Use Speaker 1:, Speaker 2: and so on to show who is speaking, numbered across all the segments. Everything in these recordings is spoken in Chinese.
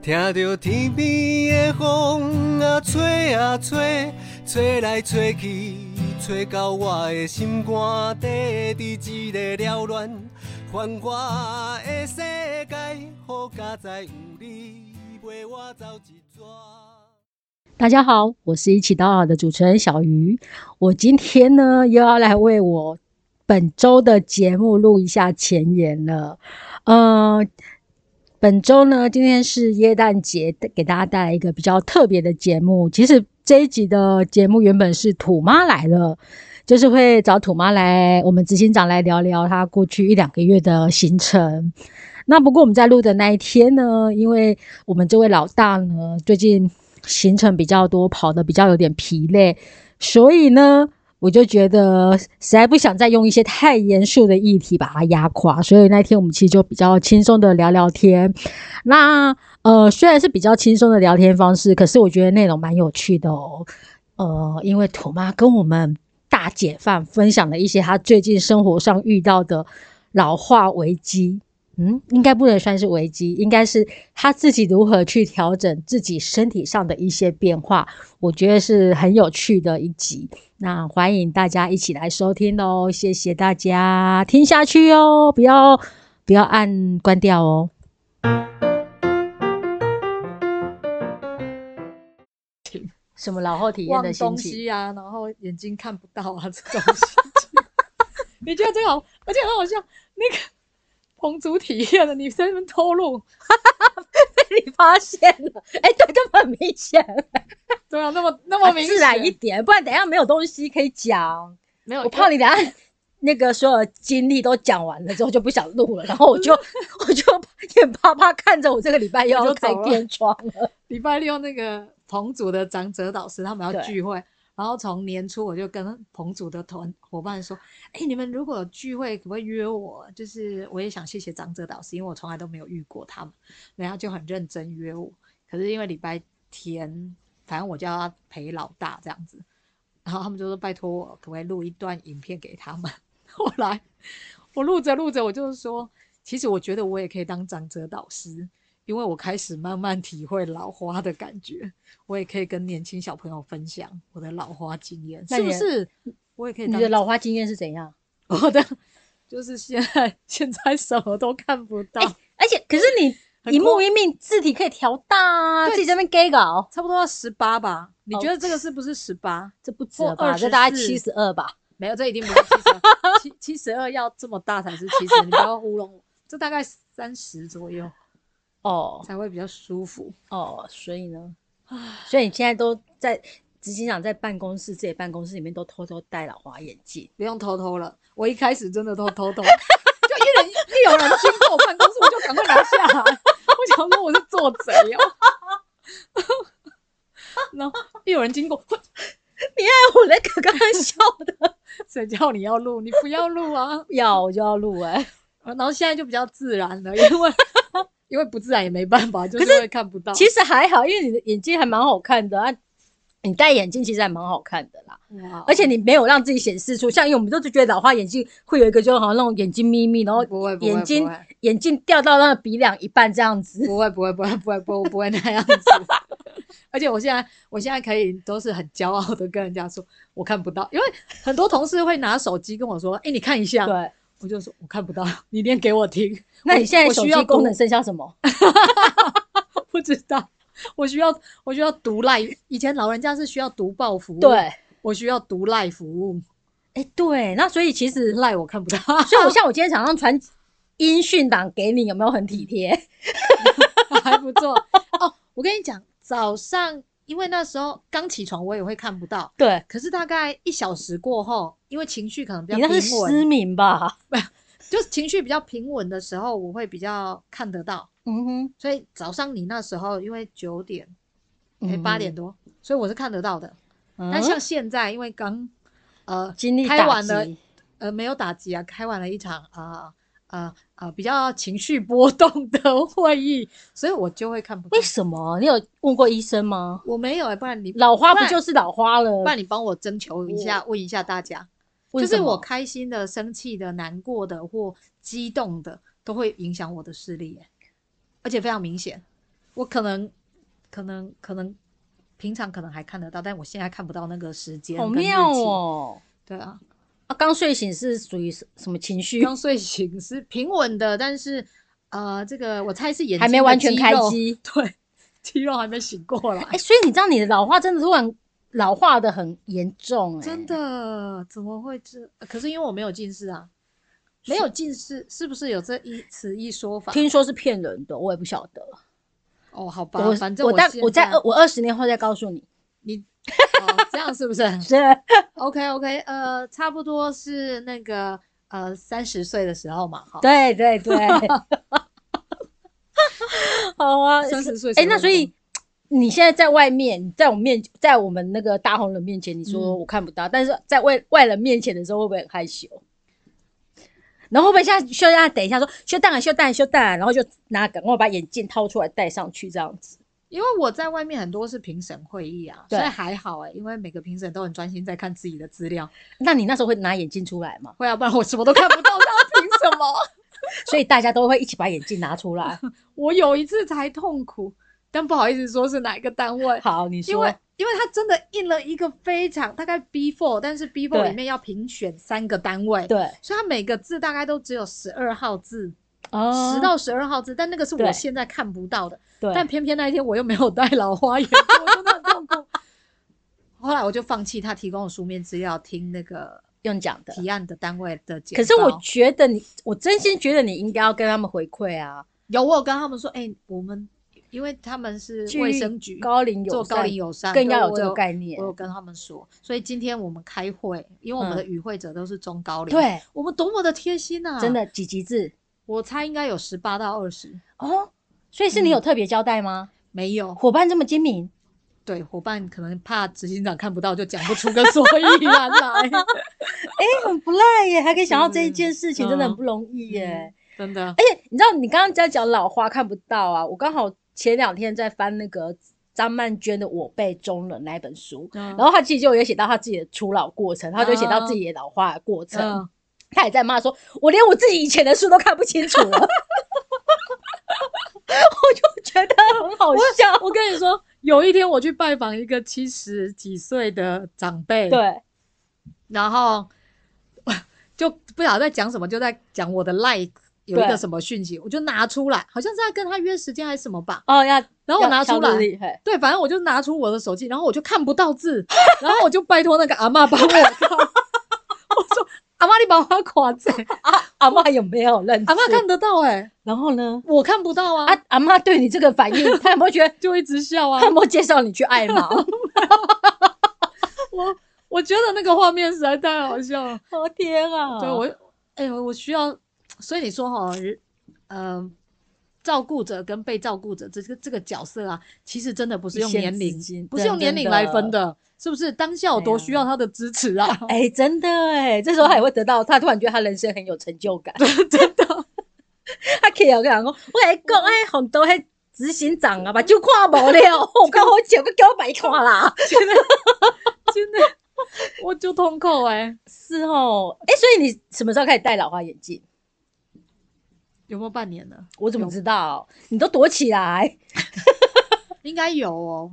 Speaker 1: 听着天边的风啊吹啊吹，吹来吹去，吹到我的心肝底，伫一个缭乱繁华的世界，好佳哉有你陪我走一逝。
Speaker 2: 大家好，我是一起到老的主持人小鱼。我今天呢又要来为我本周的节目录一下前言了。呃，本周呢，今天是耶诞节，给大家带来一个比较特别的节目。其实这一集的节目原本是土妈来了，就是会找土妈来，我们执行长来聊聊她过去一两个月的行程。那不过我们在录的那一天呢，因为我们这位老大呢，最近行程比较多，跑得比较有点疲累，所以呢，我就觉得实在不想再用一些太严肃的议题把它压垮，所以那天我们其实就比较轻松的聊聊天。那呃，虽然是比较轻松的聊天方式，可是我觉得内容蛮有趣的哦。呃，因为土妈跟我们大姐范分享了一些她最近生活上遇到的老化危机。嗯，应该不能算是危机，应该是她自己如何去调整自己身体上的一些变化，我觉得是很有趣的一集。那欢迎大家一起来收听哦，谢谢大家听下去哦，不要不要按关掉哦。什么老后体验
Speaker 3: 忘
Speaker 2: 的心
Speaker 3: 东
Speaker 2: 情？
Speaker 3: 西啊，然后眼睛看不到啊， 这种心情。你觉得这个好，而且很好笑。那个 同族体验的，你在那边透露，
Speaker 2: 被你发现了，哎、对，这么明显，
Speaker 3: 对啊，那么那么明 显，
Speaker 2: 自然一点，不然等一下没有东西可以讲。
Speaker 3: 没有，
Speaker 2: 我怕你等一下那个所有经历都讲完了之后就不想录了，然后我 就我就眼巴巴看着我这个礼拜又要开天窗了。
Speaker 3: 礼拜六那个彭祖的长者导师他们要
Speaker 2: 对
Speaker 3: 聚会，然后从年初我就跟彭祖的团伙伴说，哎、你们如果有聚会，可不可以约我？就是我也想谢谢长者导师，因为我从来都没有遇过他们，然后就很认真约我。可是因为礼拜天，反正我就要陪老大这样子，然后他们就说拜托我，可不可以录一段影片给他们？ 后来我录着录着，我就是说，其实我觉得我也可以当长者导师。因为我开始慢慢体会老花的感觉，我也可以跟年轻小朋友分享我的老花经验，
Speaker 2: 那
Speaker 3: 是不
Speaker 2: 你
Speaker 3: 是？我也可以
Speaker 2: 你
Speaker 3: 当
Speaker 2: 的老花经验是怎样？
Speaker 3: 我的， 就是现在现在什么都看不 到，
Speaker 2: 而且可是你
Speaker 3: 很
Speaker 2: 一目
Speaker 3: 酷
Speaker 2: 一命字体可以调大啊，
Speaker 3: 对
Speaker 2: 自己这边 gay 搞，
Speaker 3: 差不多要十八吧？你
Speaker 2: 哦
Speaker 3: 觉得这个是不是十八？
Speaker 2: 这不止了
Speaker 3: 或
Speaker 2: 吧？
Speaker 3: 24
Speaker 2: 这大概七十二吧？
Speaker 3: 没有，这一定不是七十二，七七十二要这么大才是七十，你不要糊弄我。这大概三十左右
Speaker 2: 哦
Speaker 3: 才会比较舒服。
Speaker 2: 哦，所以呢，所以你现在都在执行长在办公室自己办公室里面都偷偷戴老花眼镜。
Speaker 3: 不用偷偷了，我一开始真的都偷偷，就一人一有人经过我办公室，我就赶快拿下来。我想说我是做贼哦，然后一有人经过，
Speaker 2: 你看我那个刚刚笑的，
Speaker 3: 谁叫你要录？你不要录啊！
Speaker 2: 要我就要录哎、
Speaker 3: 然后现在就比较自然了，因为 因为不自然也没办法，就是会看不到。
Speaker 2: 其实还好，因为你的眼睛还蛮好看的啊，你戴眼镜其实还蛮好看的啦。
Speaker 3: 哇
Speaker 2: 而且你没有让自己显示出，像因为我们都是觉得老花眼镜会有一个，就好像那种眼睛眯眯，然后
Speaker 3: 哦不会不会
Speaker 2: 眼睛
Speaker 3: 不会
Speaker 2: 眼镜掉到那个鼻梁一半这样子。
Speaker 3: 不会不会不会不会不会我不会那样子。 而且我现在我现在可以都是很骄傲的跟人家说我看不到，因为很多同事会拿手机跟我说：“哎、你看一下。”
Speaker 2: 对，
Speaker 3: 我就说我看不到，你念给我听。
Speaker 2: 那你现在
Speaker 3: 我
Speaker 2: 手
Speaker 3: 需
Speaker 2: 机
Speaker 3: 要嗯
Speaker 2: 功
Speaker 3: 读
Speaker 2: 能剩下什么？
Speaker 3: 我 不知道，我需要我需要读赖。以前老人家是需要读报服务，
Speaker 2: 对，哎、
Speaker 3: 我需要读赖服务，
Speaker 2: 对，那所以其实，
Speaker 3: 赖我看不 到。
Speaker 2: 所以我像我今天早上传音讯档给你，有没有很体贴？
Speaker 3: 嗯还不错哦。我跟你讲，早上因为那时候刚起床，我也会看不到。
Speaker 2: 对，
Speaker 3: 可是大概一小时过后，因为情绪可能比
Speaker 2: 你
Speaker 3: 较
Speaker 2: 那是
Speaker 3: 平
Speaker 2: 失
Speaker 3: 稳，
Speaker 2: 明吧？
Speaker 3: 就是情绪比较平稳的时候，我会比较看得到。
Speaker 2: 嗯哼，
Speaker 3: 所以早上你那时候因为九点哎
Speaker 2: 嗯
Speaker 3: 八、8点多，所以我是看得到的。
Speaker 2: 嗯
Speaker 3: 但像现在，因为刚呃
Speaker 2: 经历
Speaker 3: 开
Speaker 2: 打
Speaker 3: 完了
Speaker 2: 击
Speaker 3: 呃没有打击啊，开完了一场啊啊啊比较情绪波动的会议，所以我就会看不到
Speaker 2: 为。什么？你有问过医生吗？
Speaker 3: 我没有哎、不然你
Speaker 2: 老花
Speaker 3: 不
Speaker 2: 不
Speaker 3: 然
Speaker 2: 就是老花了
Speaker 3: 不？然你帮我征求一下，问一下大家，就
Speaker 2: 为什
Speaker 3: 是我
Speaker 2: 么
Speaker 3: 开心的、生气的、难过的或激动的，都会影响我的视力、欸，而且非常明显。我可能可能可能平常可能还看得到，但我现在看不到那个时间。
Speaker 2: 好妙！哦！
Speaker 3: 对啊，
Speaker 2: 啊，刚睡醒是属于什什么情绪？
Speaker 3: 刚睡醒是平稳的，但是呃，这个我猜是眼睛
Speaker 2: 还没
Speaker 3: 的
Speaker 2: 完全开
Speaker 3: 肉，
Speaker 2: 机。
Speaker 3: 对，肌肉还没醒过来。
Speaker 2: 哎、所以你知道你的老化真的是很老化的很严重、哎，
Speaker 3: 真。的？怎么会这？可是因为我没有近视啊，没有近视，是不是有这一此一说法？
Speaker 2: 听说是骗人的，我也不晓得。
Speaker 3: 哦，好吧
Speaker 2: 我，
Speaker 3: 反正
Speaker 2: 我在
Speaker 3: 现
Speaker 2: 我哦在
Speaker 3: 在
Speaker 2: 二我二十年后再告诉你。
Speaker 3: 你、哦、这样是不是
Speaker 2: 是，
Speaker 3: ？OK OK，呃，差不多是那个呃三十岁的时候嘛，哈，
Speaker 2: 对对 对。好啊，
Speaker 3: 三十岁。
Speaker 2: 哎、那所以你现在在外面，在我面，在我们那个大红人面前，你说
Speaker 3: 嗯
Speaker 2: 我看不到，但是在外外人面前的时候，会不会很害羞？然后会不会现在秀蛋等一下说秀蛋啊秀蛋啊秀蛋啊，然后就拿赶快把眼镜掏出来戴上去这样子。
Speaker 3: 因为我在外面很多是评审会议啊，
Speaker 2: 对
Speaker 3: 所以还好哎、因为每个评审都很专心在看自己的资料，
Speaker 2: 那你那时候会拿眼镜出来吗？
Speaker 3: 会啊，不然我什么都看不到，那凭什么？
Speaker 2: 所以大家都会一起把眼镜拿出来。
Speaker 3: 我有一次才痛苦，但不好意思说是哪一个单位，
Speaker 2: 好，你
Speaker 3: 因
Speaker 2: 说
Speaker 3: 为因为他真的印了一个非常大概 B four，但是 B
Speaker 2: 对
Speaker 3: four 里面要评选三个单位，
Speaker 2: 对
Speaker 3: 所以它每个字大概都只有十二号字，
Speaker 2: 哦
Speaker 3: 十到十二号字，但那个是
Speaker 2: 对
Speaker 3: 我现在看不到的，
Speaker 2: 对，
Speaker 3: 但偏偏那一天我又没有戴老花眼，我真的很痛苦。后来我就放弃他提供的书面资料，听那个
Speaker 2: 用讲的。
Speaker 3: 提案的单位的简
Speaker 2: 可是
Speaker 3: 报。
Speaker 2: 我觉得你，我真心觉得你应该要跟他们回馈啊，
Speaker 3: 有我有跟他们说，哎、我们因为他们是卫生局
Speaker 2: 高龄友
Speaker 3: 做
Speaker 2: 善
Speaker 3: 高龄友善，
Speaker 2: 更要
Speaker 3: 啊对
Speaker 2: 有
Speaker 3: 我
Speaker 2: 这个概念
Speaker 3: 我有跟他们说，所以今天我们开会，因为我们的与会者都是中高龄，，
Speaker 2: 嗯对，
Speaker 3: 我们多么的贴心啊！
Speaker 2: 真，的几级制
Speaker 3: 我猜应该有十八到二十，
Speaker 2: 哦。所以是
Speaker 3: 嗯
Speaker 2: 你有特别交代吗？
Speaker 3: 没有，
Speaker 2: 伙伴这么精明，
Speaker 3: 对伙伴可能怕执行长看不到，就讲不出个所以然来，
Speaker 2: 哎、很不赖耶，还可以想到这一
Speaker 3: 是
Speaker 2: 件事情，真的很
Speaker 3: 嗯
Speaker 2: 不容易耶。
Speaker 3: 真的
Speaker 2: 而且你知道，你刚刚在讲老花看不到啊，我刚好前两天在翻那个张曼娟的《我辈中人》那一本书，
Speaker 3: 嗯
Speaker 2: 然后她其实就有写到她自己的初老过程，她就写到自己的老化的过程，
Speaker 3: 嗯，
Speaker 2: 他也在骂说，我连我自己以前的书都看不清楚了。 我就觉得很好笑，
Speaker 3: 我跟你说，有一天我去拜访一个七十几岁的长辈，
Speaker 2: 对，
Speaker 3: 然后就不晓得在讲什么，就在讲我的 like 有一
Speaker 2: 对
Speaker 3: 个什么讯息，我就拿出来，好像是在跟他约时间还是什么吧。
Speaker 2: 哦，要，
Speaker 3: 然后我拿出来，
Speaker 2: 来，
Speaker 3: 对，反正我就拿出我的手机，然后我就看不到字， 然后我就拜托那个阿嬷帮我看。我说：“阿嬷，你把我垮在，
Speaker 2: 阿妈有没有认识？
Speaker 3: 哦阿嬷看，得到哎、
Speaker 2: 然后呢？
Speaker 3: 我看不到啊，
Speaker 2: 啊，阿妈对你这个反 应，她有没有觉得？
Speaker 3: 就一直笑啊
Speaker 2: 她。有没有介绍你去爱 猫？
Speaker 3: 我我觉得那个画面实在太好笑了。
Speaker 2: 我天啊
Speaker 3: 对我，哎、呦，我需要，所以你说哈，人呃，照顾者跟被照顾者这个这个角色啊，其实真的不是
Speaker 2: 一
Speaker 3: 用
Speaker 2: 线
Speaker 3: 年
Speaker 2: 之
Speaker 3: 龄
Speaker 2: 间，
Speaker 3: 不是
Speaker 2: 对
Speaker 3: 用年
Speaker 2: 真
Speaker 3: 龄来
Speaker 2: 的
Speaker 3: 分的，是不是？当下我
Speaker 2: 对
Speaker 3: 多
Speaker 2: 啊
Speaker 3: 需要他的支持啊！
Speaker 2: 哎、真的哎，这时候他也会得到，他突然觉得他人生很有成就 感，真的。 他可以有个人讲，我来讲，哎，很多迄执行长啊吧，就看无 了，我刚好笑，个叫我白看啦。
Speaker 3: 现在现在 我就痛苦哎、
Speaker 2: 是哦，哎、所以你什么时候开始戴老花眼镜？
Speaker 3: 有没有半年了？
Speaker 2: 我怎么知道？你都躲起来。
Speaker 3: 应该有哦。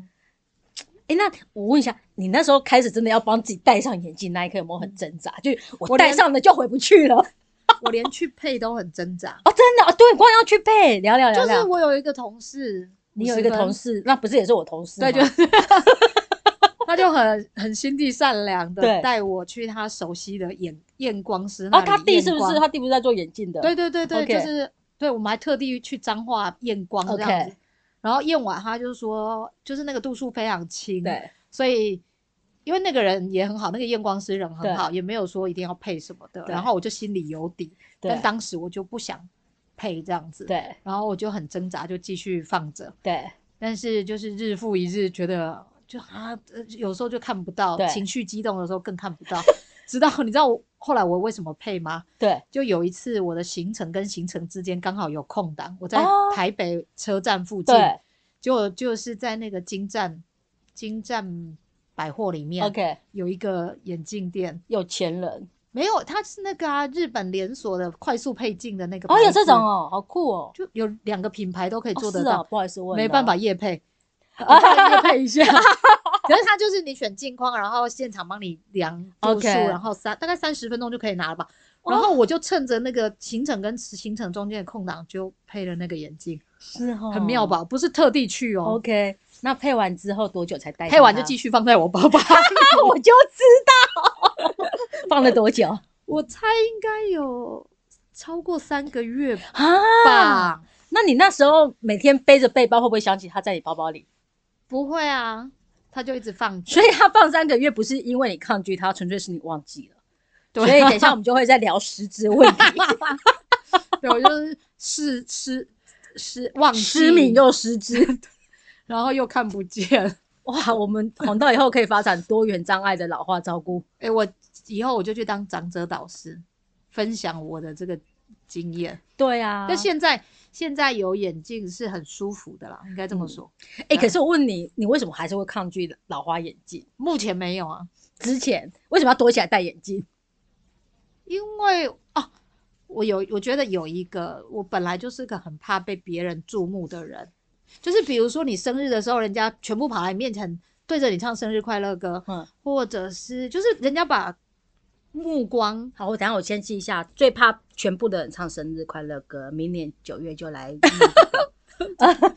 Speaker 2: 哎、那我问一下，你那时候开始真的要帮自己戴上眼镜那一刻，有没有很挣扎？就是我
Speaker 3: 嗯我
Speaker 2: 戴
Speaker 3: 连
Speaker 2: 上了就回不去了。 哦，，
Speaker 3: 我连去配都很挣扎
Speaker 2: 真的哦，对，光要去配，聊聊聊
Speaker 3: 就
Speaker 2: 聊。
Speaker 3: 是我有一个同事，
Speaker 2: 啊你有一个同
Speaker 3: 事，
Speaker 2: 事，那不是也是我同事吗？
Speaker 3: 对，就是 他就很很心地善良的
Speaker 2: 对
Speaker 3: 带我去他熟悉的验验光师那
Speaker 2: 哦，
Speaker 3: 里
Speaker 2: 他弟
Speaker 3: 验
Speaker 2: 是不是
Speaker 3: 光
Speaker 2: 他弟不是在做眼镜的？
Speaker 3: 对对对对
Speaker 2: OK
Speaker 3: 就是对，我们还特地去彰化验光这样
Speaker 2: OK
Speaker 3: 子。然后验完，他就说，就是那个度数非常轻，，
Speaker 2: 对
Speaker 3: 所以因为那个人也很好，那个验光师人
Speaker 2: 对
Speaker 3: 很好，也没有说一定要配什么的。
Speaker 2: 对
Speaker 3: 然后我就心里有底，
Speaker 2: 对
Speaker 3: 但当时我就不想配这样子，
Speaker 2: 对
Speaker 3: 然后我就很挣扎，就继续放着。
Speaker 2: 对
Speaker 3: 但是就是日复一日，觉得就啊，呃有时候就看不到
Speaker 2: 对，
Speaker 3: 情绪激动的时候更看不到。 直到你知道我后来我为什么配吗？
Speaker 2: 对，
Speaker 3: 就有一次我的行程跟行程之间刚好有空档，我在
Speaker 2: 哦
Speaker 3: 台北车站附近，
Speaker 2: 对
Speaker 3: 就就是在那个金站金站百货里面
Speaker 2: ，OK，
Speaker 3: 有一个眼镜店，
Speaker 2: 有钱人，
Speaker 3: 没有，它是那个啊，日本连锁的快速配镜的那个。
Speaker 2: 哦，有这种，哦，好酷哦。
Speaker 3: 就有两个品牌都可以
Speaker 2: 哦
Speaker 3: 做得
Speaker 2: 是
Speaker 3: 到，
Speaker 2: 哦不好意思问，
Speaker 3: 没办法，夜配。
Speaker 4: 再配一下，
Speaker 3: 可是它就是你选镜框，然后现场帮你量度数
Speaker 2: OK 哦
Speaker 3: 然后三大概三十分钟就可以拿了吧。然后我就趁着那个行程跟行程中间的空档，就配了那个眼镜，
Speaker 2: 是哦，
Speaker 3: 很妙吧？不是特地去哦，
Speaker 2: ？OK，那配完之后多久才戴上它？
Speaker 3: 配完就继续放在我包包。
Speaker 2: 那 我就知道 放了多久
Speaker 3: 我猜应该有超过三个月
Speaker 2: 啊？
Speaker 3: 吧？
Speaker 2: 那你那时候每天背着背包，会不会想起它在你包包里？
Speaker 3: 不会啊，他就一直放着。
Speaker 2: 所以它放三个月，不是因为你抗拒它，纯粹是你忘记了。
Speaker 3: 对
Speaker 2: 所以等一下我们就会再聊失职问 题，
Speaker 3: 对，我就是失失失忘记
Speaker 2: 失明，又失职。
Speaker 3: 然后又看不见。
Speaker 2: 哇，我们红到以后可以发展多元障碍的老化照顾。
Speaker 3: 哎、我以后我就去当长者导师，分享我的这个经验。
Speaker 2: 对啊
Speaker 3: 那、现在现在有眼镜是很舒服的啦，应该这么说。
Speaker 2: 哎、可是我问你，你为什么还是会抗拒老花眼镜？
Speaker 3: 目前没有啊，
Speaker 2: 之前为什么要躲起来戴眼镜？
Speaker 3: 因为哦，我有我觉得有一个，我本来就是个很怕被别人注目的人，就是比如说你生日的时候，人家全部跑来你面前对着你唱生日快乐歌，
Speaker 2: 嗯，
Speaker 3: 或者是就是人家把目光
Speaker 2: 好，我等一下我先记一下，最怕全部的人唱生日快乐歌，明年九月就来那个。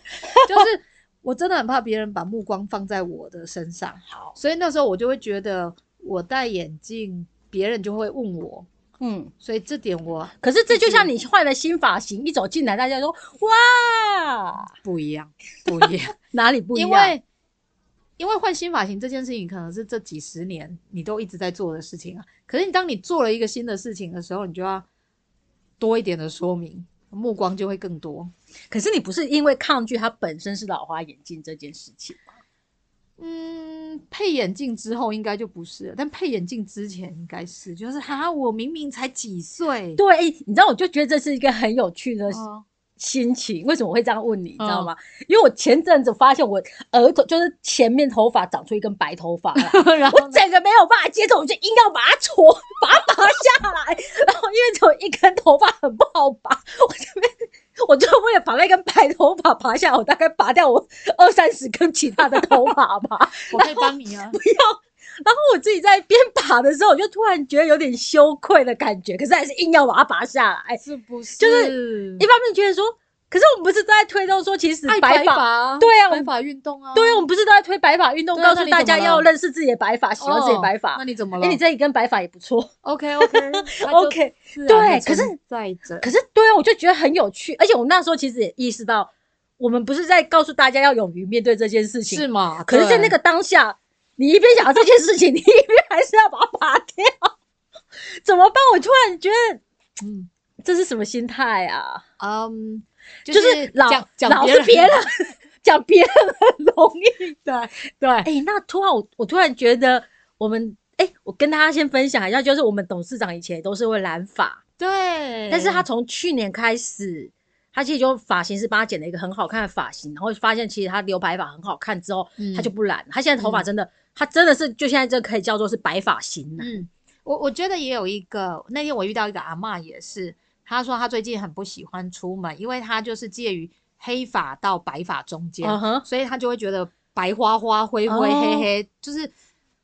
Speaker 3: 就是我真的很怕别人把目光放在我的身 上，
Speaker 2: 好，
Speaker 3: 所以那时候我就会觉得我戴眼镜，别人就会问我，
Speaker 2: 嗯，
Speaker 3: 所以这点我
Speaker 2: 可是这就像你换了新发型，一走进来大家说哇，
Speaker 3: 不一样， 不一样，
Speaker 2: 哪里不一样？
Speaker 3: 因为因为换新发型这件事情，可能是这几十年你都一直在做的事情啊。可是你当你做了一个新的事情的时候，你就要多一点的说明，目光就会更多。
Speaker 2: 可是你不是因为抗拒它本身是老花眼镜这件事情吗，
Speaker 3: 嗯，配眼镜之后应该就不是了，但配眼镜之前应该是，就是哈，我明明才几岁，
Speaker 2: 对，哎你知道我就觉得这是一个很有趣的
Speaker 3: 哦
Speaker 2: 心情。为什么我会这样问你，你知
Speaker 3: 嗯
Speaker 2: 道吗？因为我前阵子发现我额头就是前面头发长出一根白头发 来，
Speaker 3: 然后
Speaker 2: 我整个没有办法接受，我就硬要把它戳，把它拔下来，然后因为只有一根头发很不好拔，我这边。我就为了把那根白头发拔下来，我大概拔掉我二三十根其他的头发吧。
Speaker 3: 我可以帮你 啊，
Speaker 2: 然后我自己在边拔的时候，我就突然觉得有点羞愧的感觉，可是还是硬要把它拔下来。
Speaker 3: 是不是？
Speaker 2: 就是一方面觉得说，可是我们不是都在推动说，其实
Speaker 3: 爱
Speaker 2: 白
Speaker 3: 白
Speaker 2: 发，
Speaker 3: 发，
Speaker 2: 对啊我
Speaker 3: 白发运动啊，
Speaker 2: 对，我们不是都在推白发运动，
Speaker 3: 对
Speaker 2: 告
Speaker 3: 啊
Speaker 2: 诉大家
Speaker 3: 那你怎么了
Speaker 2: 要认识自己的白发，喜
Speaker 3: 哦，
Speaker 2: 欢自己的白发
Speaker 3: 那。你怎么
Speaker 2: 哎、
Speaker 3: 了？
Speaker 2: 你这一根白发也不错。
Speaker 3: OK OK
Speaker 2: OK，对可是
Speaker 3: 啊在这，
Speaker 2: 可是对啊，我就觉得很有趣，而且我那时候其实也意识到，我们不是在告诉大家要勇于面对这件事情，
Speaker 3: 是吗？
Speaker 2: 可是，在
Speaker 3: 对
Speaker 2: 那个当下，你一边想到这件事情，你一边还是要把它拔掉，怎么办？我突然觉得
Speaker 3: 嗯
Speaker 2: 这是什么心态啊？
Speaker 3: 嗯，就
Speaker 2: 就是老
Speaker 3: 讲讲
Speaker 2: 老是别人 讲别人很容易。
Speaker 3: 对 对
Speaker 2: 哎、那突然我我突然觉得我们哎、我跟大家先分享一下，就是我们董事长以前也都是会染发，
Speaker 3: 对，
Speaker 2: 但是他从去年开始。他其实就发型师帮他剪了一个很好看的发型，然后发现其实他留白发很好看之后，
Speaker 3: 嗯
Speaker 2: 他就不染了。他现在头发真的，他真的是就现在这可以叫做是白发型了。
Speaker 3: 嗯，我我觉得也有一个，那天我遇到一个阿嬷也是，她说她最近很不喜欢出门，因为她就是介于黑发到白发中间
Speaker 2: 嗯哼
Speaker 3: 所以她就会觉得白花花、灰灰、
Speaker 2: 哦
Speaker 3: 黑黑，就是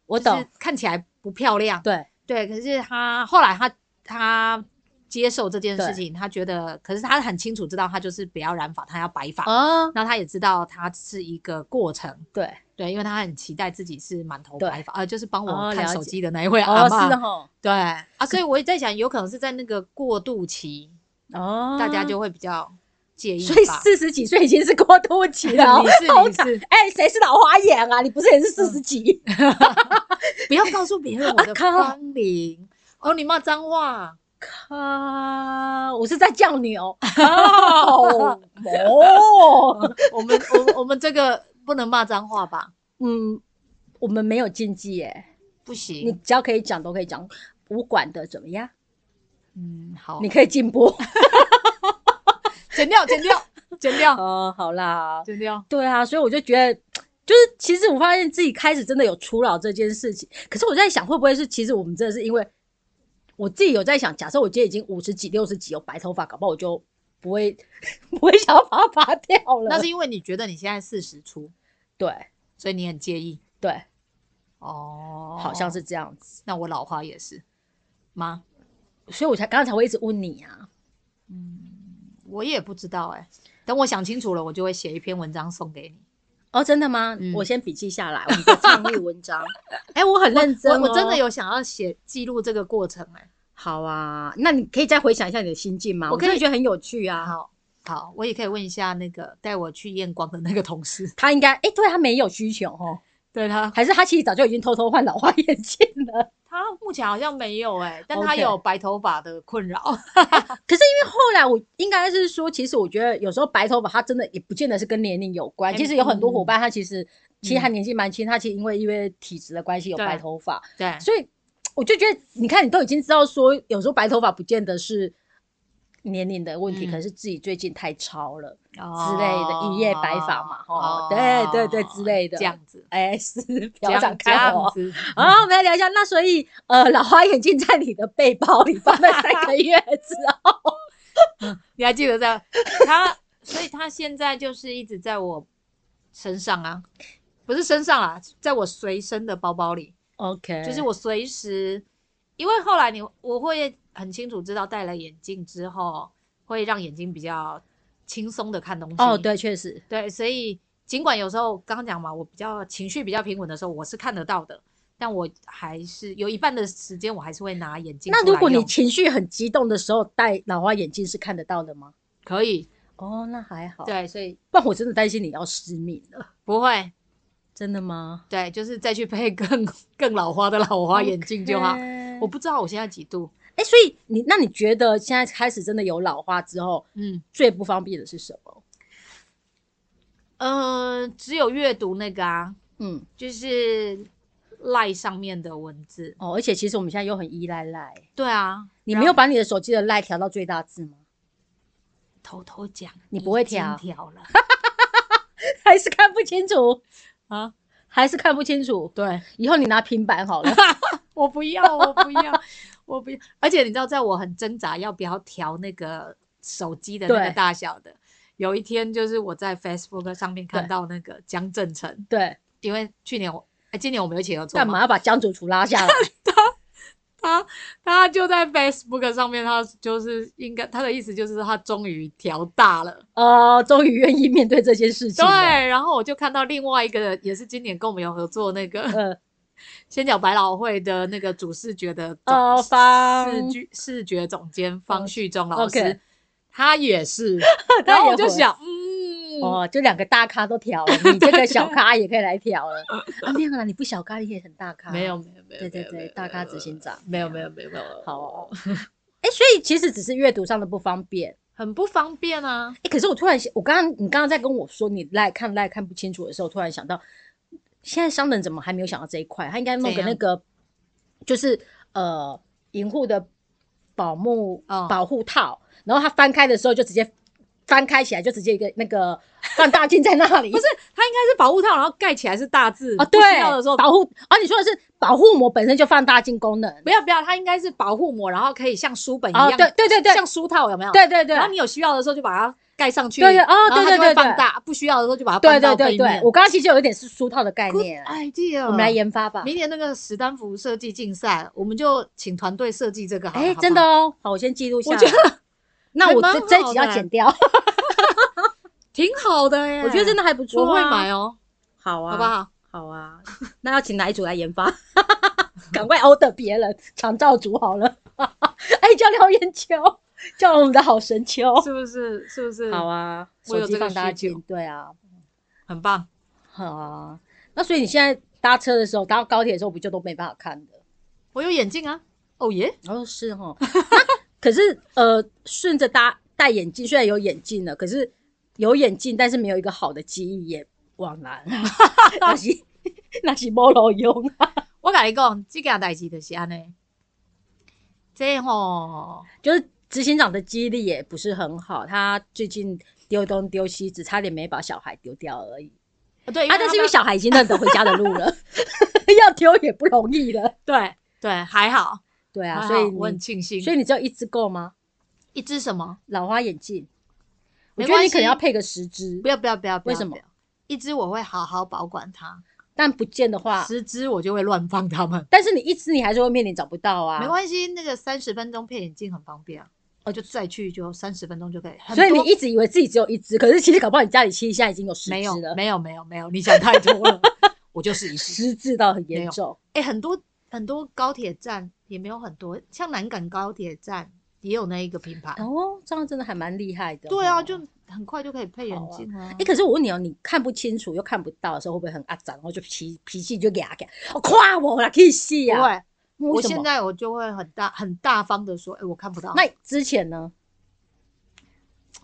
Speaker 2: 我
Speaker 3: 就是
Speaker 2: 懂
Speaker 3: 看起来不漂亮。
Speaker 2: 对，
Speaker 3: 对，可是她后来她她接受这件事情，她觉得，可是她很清楚知道，她就是不要染发，她要白发。
Speaker 2: 啊，
Speaker 3: 那她也知道，它是一个过程，
Speaker 2: 对，
Speaker 3: 对，因为她很期待自己是满头
Speaker 2: 对
Speaker 3: 白发，呃，就是帮
Speaker 2: 哦
Speaker 3: 我
Speaker 2: 了
Speaker 3: 看
Speaker 2: 解
Speaker 3: 手机的那一位阿
Speaker 2: 哦，
Speaker 3: 嬷。
Speaker 2: 是哦，
Speaker 3: 对啊，所以我也在想，有可能是在那个过渡期，
Speaker 2: 哦，
Speaker 3: 大家就会比较介意
Speaker 2: 所以
Speaker 3: 吧。，
Speaker 2: 四十几岁已经是过渡期了
Speaker 3: 你是
Speaker 2: 好
Speaker 3: 你
Speaker 2: 惨
Speaker 3: 是，嗯
Speaker 2: 哎，谁是老花眼啊？你不是也是四十几？
Speaker 3: 不要告诉别人我
Speaker 2: 啊
Speaker 3: 的
Speaker 2: 靠
Speaker 3: 芳龄。哦，你骂脏话，
Speaker 2: 啊，我是在叫你 哦，哦，哦，
Speaker 3: 我们我们我们这个不能骂脏话吧？
Speaker 2: 嗯，我们没有禁忌耶，
Speaker 3: 不
Speaker 2: 你
Speaker 3: 行，
Speaker 2: 只要可以讲都可以讲，我管的怎么样？
Speaker 3: 嗯，好，
Speaker 2: 你可以进 步。
Speaker 3: 剪掉，剪掉，剪掉，
Speaker 2: 哦，好啦，
Speaker 3: 剪掉。
Speaker 2: 对啊，所以我就觉得，就是其实我发现自己开始真的有初老这件事情。可是我在想，会不会是其实我们真的是因为我自己有在想，假设我今天已经五十几、六十几有白头发，搞不好我就不会 不会想要把它拔掉了。
Speaker 3: 那是因为你觉得你现在四十出，
Speaker 2: 对
Speaker 3: 所以你很介意
Speaker 2: 对，
Speaker 3: 哦，
Speaker 2: 好像是。这样子，
Speaker 3: 那我老花也是吗？
Speaker 2: 所以我才刚才会一直问你啊。
Speaker 3: 嗯我也不知道哎、等我想清楚了，我就会写一篇文章送给你。
Speaker 2: 哦，真的吗？
Speaker 3: 嗯
Speaker 2: 我先笔记下来， 我们再创立文章。
Speaker 3: 哎、我很
Speaker 2: 认真
Speaker 3: 我我真
Speaker 2: 哦
Speaker 3: 的有想要写记录这个过程哎、
Speaker 2: 好啊，那你可以再回想一下你的心境吗？
Speaker 3: 我
Speaker 2: 我
Speaker 3: 可以
Speaker 2: 真的觉得很有趣啊。
Speaker 3: 好好，我也可以问一下那个带我去验光的那个同事，
Speaker 2: 他应该，哎、对他没有需求哦，
Speaker 3: 对他，
Speaker 2: 还是他其实早就已经偷偷换老花眼镜了？
Speaker 3: 他目前好像没有哎、但他
Speaker 2: OK
Speaker 3: 有白头发的困扰。
Speaker 2: 可是因为 后来我应该是说，其实我觉得有时候白头发它真的也不见得是跟年龄有关。
Speaker 3: 哎
Speaker 2: 其实有很多伙
Speaker 3: 嗯
Speaker 2: 伴他其实、其实他年纪蛮轻，他其实因为因为体质的关系有
Speaker 3: 对
Speaker 2: 白头发，
Speaker 3: 对，
Speaker 2: 所以我就觉得，你看，你都已经知道说，有时候白头发不见得是年龄的问题，
Speaker 3: 嗯
Speaker 2: 可能是自己最近太超了，
Speaker 3: 之
Speaker 2: 类的一夜白发嘛哦对对对之类的
Speaker 3: 这样子，
Speaker 2: 哎，是
Speaker 3: 这
Speaker 2: 表长
Speaker 3: 样这
Speaker 2: 看
Speaker 3: 样
Speaker 2: 我。
Speaker 3: 子，嗯
Speaker 2: 好，我们来聊一下。那所以，呃，老花眼镜在你的背包里放了三 个月之后，
Speaker 3: 你还记得在他，所以他现在就是一直在我身上啊，不是身上啦，在我随身的包包里，
Speaker 2: ，OK，
Speaker 3: 就是我随时，因为后来你我会很清楚知道戴了眼镜之后会让眼睛比较轻松的看东西。
Speaker 2: 哦，对，确实，
Speaker 3: 对，所以尽管有时候刚刚讲嘛，我比较情绪比较平稳的时候，我是看得到的，但我还是有一半的时间我还是会拿眼镜出来
Speaker 2: 那
Speaker 3: 用。
Speaker 2: 如果你情绪很激动的时候戴老花眼镜是看得到的吗？
Speaker 3: 可以，
Speaker 2: 哦，那还好。，
Speaker 3: 对，所以
Speaker 2: 不然我真的担心你要失明了。
Speaker 3: 不会，
Speaker 2: 真的吗？
Speaker 3: 对，就是再去配更更老花的老花眼镜就好。
Speaker 2: OK
Speaker 3: 我不知道我现在几度，
Speaker 2: 哎、所以你那你觉得现在开始真的有老花之后，
Speaker 3: 嗯
Speaker 2: 最不方便的是什么？
Speaker 3: 呃，只有阅读那个啊，
Speaker 2: 嗯，
Speaker 3: 就是赖上面的文字。
Speaker 2: 哦，而且其实我们现在又很依赖赖，
Speaker 3: 对啊，
Speaker 2: 你
Speaker 3: 然
Speaker 2: 没有
Speaker 3: 后
Speaker 2: 把你的手机的赖调到最大字吗？
Speaker 3: 偷偷讲，
Speaker 2: 你不会
Speaker 3: 已经
Speaker 2: 调
Speaker 3: 调了
Speaker 2: 还是看不清楚？
Speaker 3: 啊？
Speaker 2: 还是看不清楚？
Speaker 3: 对，
Speaker 2: 以后你拿平板 好了。
Speaker 3: 我不要，我 不要，我不要。而且你知道，在我很挣扎要不要调那个手机的那
Speaker 2: 对
Speaker 3: 个大小的，有一天就是我在 Facebook 上面看
Speaker 2: 对
Speaker 3: 到那个江正成，
Speaker 2: 对，
Speaker 3: 因为去年我，哎，今年我们有一起合作
Speaker 2: 干
Speaker 3: 嘛
Speaker 2: 嘛要把江主厨拉 下来？
Speaker 3: 他他就在 Facebook 上面，他就是应该他的意思就是他终于调大了。
Speaker 2: 哦，终于愿意面对这件事情
Speaker 3: 对，
Speaker 2: 了。
Speaker 3: 然后我就看到另外一个也是今年跟我们有合作那个
Speaker 2: 呃，
Speaker 3: 先角百老汇的那个主视觉的总
Speaker 2: 哦，方，
Speaker 3: 视觉视觉总监方旭中老师，
Speaker 2: 哦 OK，
Speaker 3: 他也是 然后
Speaker 2: 也
Speaker 3: 我就
Speaker 2: 会
Speaker 3: 想，嗯，
Speaker 2: 哦，就两个大咖都调 了，你这个小咖也可以来调了。啊，没有啦，你不小咖，你也很大咖。
Speaker 3: 没有没有没有，
Speaker 2: 对对
Speaker 3: 没有
Speaker 2: 对大咖执行长
Speaker 3: 没有没有没有没有，
Speaker 2: 好 哦，哎、所以其实只是阅读上的不方便。
Speaker 3: 很不方便啊
Speaker 2: 哎、，可是我突然想，我刚刚你刚刚在跟我说你赖看赖看不清楚的时候，突然想到，现在商人怎么还没有想到这一块？他应该弄
Speaker 3: 怎
Speaker 2: 个
Speaker 3: 样
Speaker 2: 那个，就是呃，银护的保木、
Speaker 3: 哦
Speaker 2: 保护套，然后他翻开的时候就直接翻开起来，就直接一个那个放大镜在那里，不
Speaker 3: 不是他应该是保护套，然后盖起来是大字
Speaker 2: 啊？
Speaker 3: 不
Speaker 2: 对
Speaker 3: 需要的时，候
Speaker 2: 保护啊，你说的是保护膜本身就放大镜功能，
Speaker 3: 不要不要，它应该是保护膜，然后可以像书本一
Speaker 2: 哦
Speaker 3: 样，
Speaker 2: 对对对对
Speaker 3: 像书套有没有？
Speaker 2: 对对对，
Speaker 3: 然后你有需要的时候就把它盖上去，
Speaker 2: 对对哦
Speaker 3: 然后
Speaker 2: 对
Speaker 3: 它
Speaker 2: 对
Speaker 3: 就会
Speaker 2: 对对
Speaker 3: 放大，不需要的时候就把它
Speaker 2: 对对
Speaker 3: 搬到
Speaker 2: 对
Speaker 3: 背
Speaker 2: 对
Speaker 3: 面，。哎
Speaker 2: 我刚刚其实有一点是书套的概
Speaker 3: Good
Speaker 2: 念，
Speaker 3: idea，
Speaker 2: 我们来研哎发吧。
Speaker 3: 明年那个史丹福设计竞赛，我们就请团队设计这个好了，
Speaker 2: 哎，
Speaker 3: 好不好
Speaker 2: 真的，哦，好，我先记录下来。
Speaker 3: 我觉 得
Speaker 2: 那
Speaker 3: 还
Speaker 2: 我
Speaker 3: 蛮
Speaker 2: 这这一
Speaker 3: 好
Speaker 2: 集
Speaker 3: 的
Speaker 2: 要剪掉，
Speaker 3: 挺好的耶，
Speaker 2: 我觉得真的
Speaker 3: 的
Speaker 2: 还不错
Speaker 3: 我
Speaker 2: 啊。
Speaker 3: 会买哦，
Speaker 2: 好啊，
Speaker 3: 好不？好？
Speaker 2: 好啊， 那要请哪一组来研发？ 赶快 order 别人长照组好了。 哎，叫廖燕秋，叫我们的好神秋。
Speaker 3: 是不是？是不是？
Speaker 2: 好，啊，
Speaker 3: 我
Speaker 2: 手
Speaker 3: 有
Speaker 2: 机
Speaker 3: 这个
Speaker 2: 放大
Speaker 3: 需求
Speaker 2: 镜，对啊，
Speaker 3: 很棒。
Speaker 2: 好啊。那所以你现在搭车的时候，搭高铁的时候，不就都没办法看的？
Speaker 3: 我有眼镜啊，哦耶，
Speaker 2: 哦，是哦。那可是呃，顺着搭戴眼镜，虽然有眼镜了，可是有眼镜，但是没有一个好的记忆也枉然。啊 那是那是没路用啊，
Speaker 3: 我跟你讲，这件代志就是安尼，这吼，
Speaker 2: 就是执行长的记忆力也不是很好，他最近丢东丢西，只差点没把小孩丢掉而已。
Speaker 3: 对，
Speaker 2: 啊，但是因为
Speaker 3: 为
Speaker 2: 小 孩已经认得回家的路了，要丢也不容易了。
Speaker 3: 对对还好，
Speaker 2: 对啊，
Speaker 3: 还
Speaker 2: 所以
Speaker 3: 好我很
Speaker 2: 你
Speaker 3: 庆幸。
Speaker 2: 所以你只有一只够吗？
Speaker 3: 一只什么？
Speaker 2: 老花眼镜，我
Speaker 3: 没
Speaker 2: 觉得你
Speaker 3: 关
Speaker 2: 可能
Speaker 3: 系
Speaker 2: 要配个十只
Speaker 3: 不，要不要不要！不
Speaker 2: 为
Speaker 3: 要
Speaker 2: 什
Speaker 3: 不
Speaker 2: 么
Speaker 3: 要一只我会好好保管它，
Speaker 2: 但不见的话，
Speaker 3: 十只我就会乱放它们。
Speaker 2: 但是你一只你还是会面临找不到啊。
Speaker 3: 没关系，那个三十分钟配眼镜很方便啊，我就再去就三十分钟就可以。很
Speaker 2: 所以你
Speaker 3: 多
Speaker 2: 一直以为自己只有一只，可是其实搞不好你家里其实现在已经有十
Speaker 3: 没有
Speaker 2: 只了，
Speaker 3: 没有没有没有，你想太多 了，我就是一只。
Speaker 2: 十只到很
Speaker 3: 没
Speaker 2: 严
Speaker 3: 有
Speaker 2: 重。
Speaker 3: 哎、很多很多高铁站也没有很多，像南港高铁站也有那一个品牌。
Speaker 2: 哦，这样真的还蛮厉害的哦。
Speaker 3: 对啊，就很快就可以配眼镜啊。
Speaker 2: 哎、可是我问你哦，你看不清楚又啊看不到的时候，会不会很阿脏？然后就脾脾气就给他给，我夸我哦啦，可啊以细
Speaker 3: 不
Speaker 2: 哎呀。
Speaker 3: 会，
Speaker 2: 我
Speaker 3: 我现在我就会很大很大方的说，哎、我看不到。
Speaker 2: 那之前呢？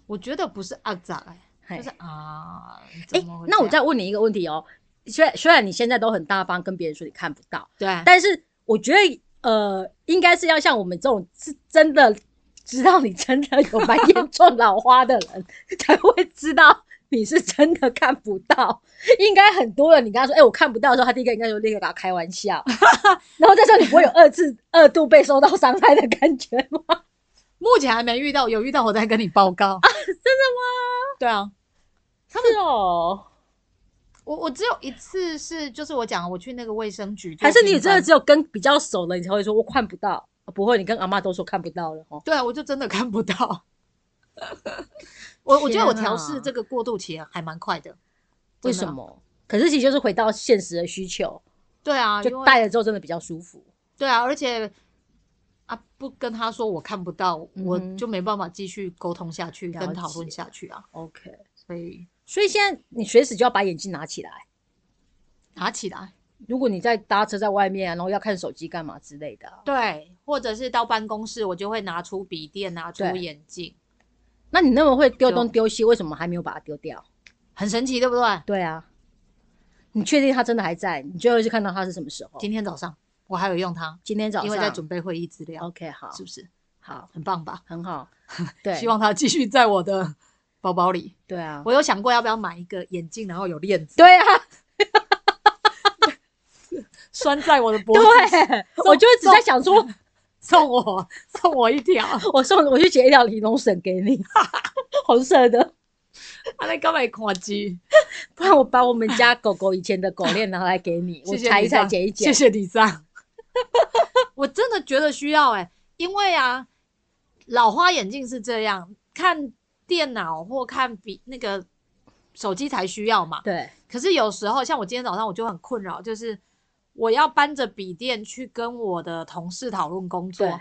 Speaker 3: 我觉得不是肮脏哎，
Speaker 2: 嘿
Speaker 3: 就是啊，
Speaker 2: 哎、
Speaker 3: 怎么会
Speaker 2: 那我
Speaker 3: 这
Speaker 2: 再
Speaker 3: 样
Speaker 2: 问你一个问题哦。虽然虽然你现在都很大方跟别人说你看不到，
Speaker 3: 对，
Speaker 2: 但是我觉得呃，应该是要像我们这种是真的知道你真的有蛮严重老花的人，才会知道你是真的看不到。应该很多人，你跟他说：“哎、我看不到”的时候，他第一个应该就立刻跟他开玩 笑，然后这时候你不会有二次二度被受到伤害的感觉吗？
Speaker 3: 目前还没遇到，有遇到我再跟你报告。 真的吗？对啊，
Speaker 2: 他们哦，
Speaker 3: 我我只有一次是，就是我讲我去那个卫生局做
Speaker 2: 还
Speaker 3: 评分，
Speaker 2: 是你真的只有跟比较熟的，你才会说“我看不到”？啊不会，你跟阿妈都说看不到了哦。
Speaker 3: 对啊，我就真的看 不到。我我觉得我
Speaker 2: 天啊
Speaker 3: 调试这个过渡期还蛮快的，
Speaker 2: 为
Speaker 3: 真
Speaker 2: 什
Speaker 3: 的？
Speaker 2: 么？啊可是其实就是回到现实的需求，
Speaker 3: 对啊，因
Speaker 2: 就
Speaker 3: 为
Speaker 2: 戴了之后真的比较舒服。
Speaker 3: 对啊，而且啊，不跟他说我看不到，我
Speaker 2: 嗯哼
Speaker 3: 就没办法继续沟通下去，
Speaker 2: 了
Speaker 3: 跟
Speaker 2: 解
Speaker 3: 讨论下去啊。
Speaker 2: OK，
Speaker 3: 所以
Speaker 2: 所以现在你随时就要把眼镜拿起来。
Speaker 3: 拿起来，
Speaker 2: 如果你在搭车在外面啊，然后要看手机干嘛之类的啊，
Speaker 3: 对，或者是到办公室，我就会拿出笔电，拿出
Speaker 2: 对
Speaker 3: 眼镜，
Speaker 2: 那你那么会丢东
Speaker 3: 就
Speaker 2: 丢西，为什么还没有把它丢掉？
Speaker 3: 很神奇，对不对？
Speaker 2: 对啊，你确定它真的还在？你最后一次看到它是什么时候？
Speaker 3: 今天早上我还有用它，
Speaker 2: 今天早上，
Speaker 3: 因为在准备会议资料，
Speaker 2: OK，好，
Speaker 3: 是不是
Speaker 2: 好，
Speaker 3: 很棒吧？
Speaker 2: 很 好，对，
Speaker 3: 希望它继续在我的包包里。
Speaker 2: 对啊，
Speaker 3: 我有想过要不要买一个眼镜，然后有链子
Speaker 2: 对啊，
Speaker 3: 拴在我的脖子上，
Speaker 2: 对，我就一直在想说，
Speaker 3: 送我送我一条，
Speaker 2: 我送我去截一条尼龙绳给你，红色的，
Speaker 3: 他在干嘛看机？
Speaker 2: 不然我把我们家狗狗以前的狗链拿来给你，我
Speaker 3: 谢谢
Speaker 2: 裁一
Speaker 3: 你
Speaker 2: 裁，
Speaker 3: 上
Speaker 2: 剪一剪，
Speaker 3: 谢谢你上， 我真的觉得需要哎、因为啊，老花眼镜是这样，看电脑或看笔那个手机才需要嘛。
Speaker 2: 对，
Speaker 3: 可是有时候，像我今天早上我就很困扰，就是我要搬着笔电去跟我的同事讨论工
Speaker 2: 对
Speaker 3: 作。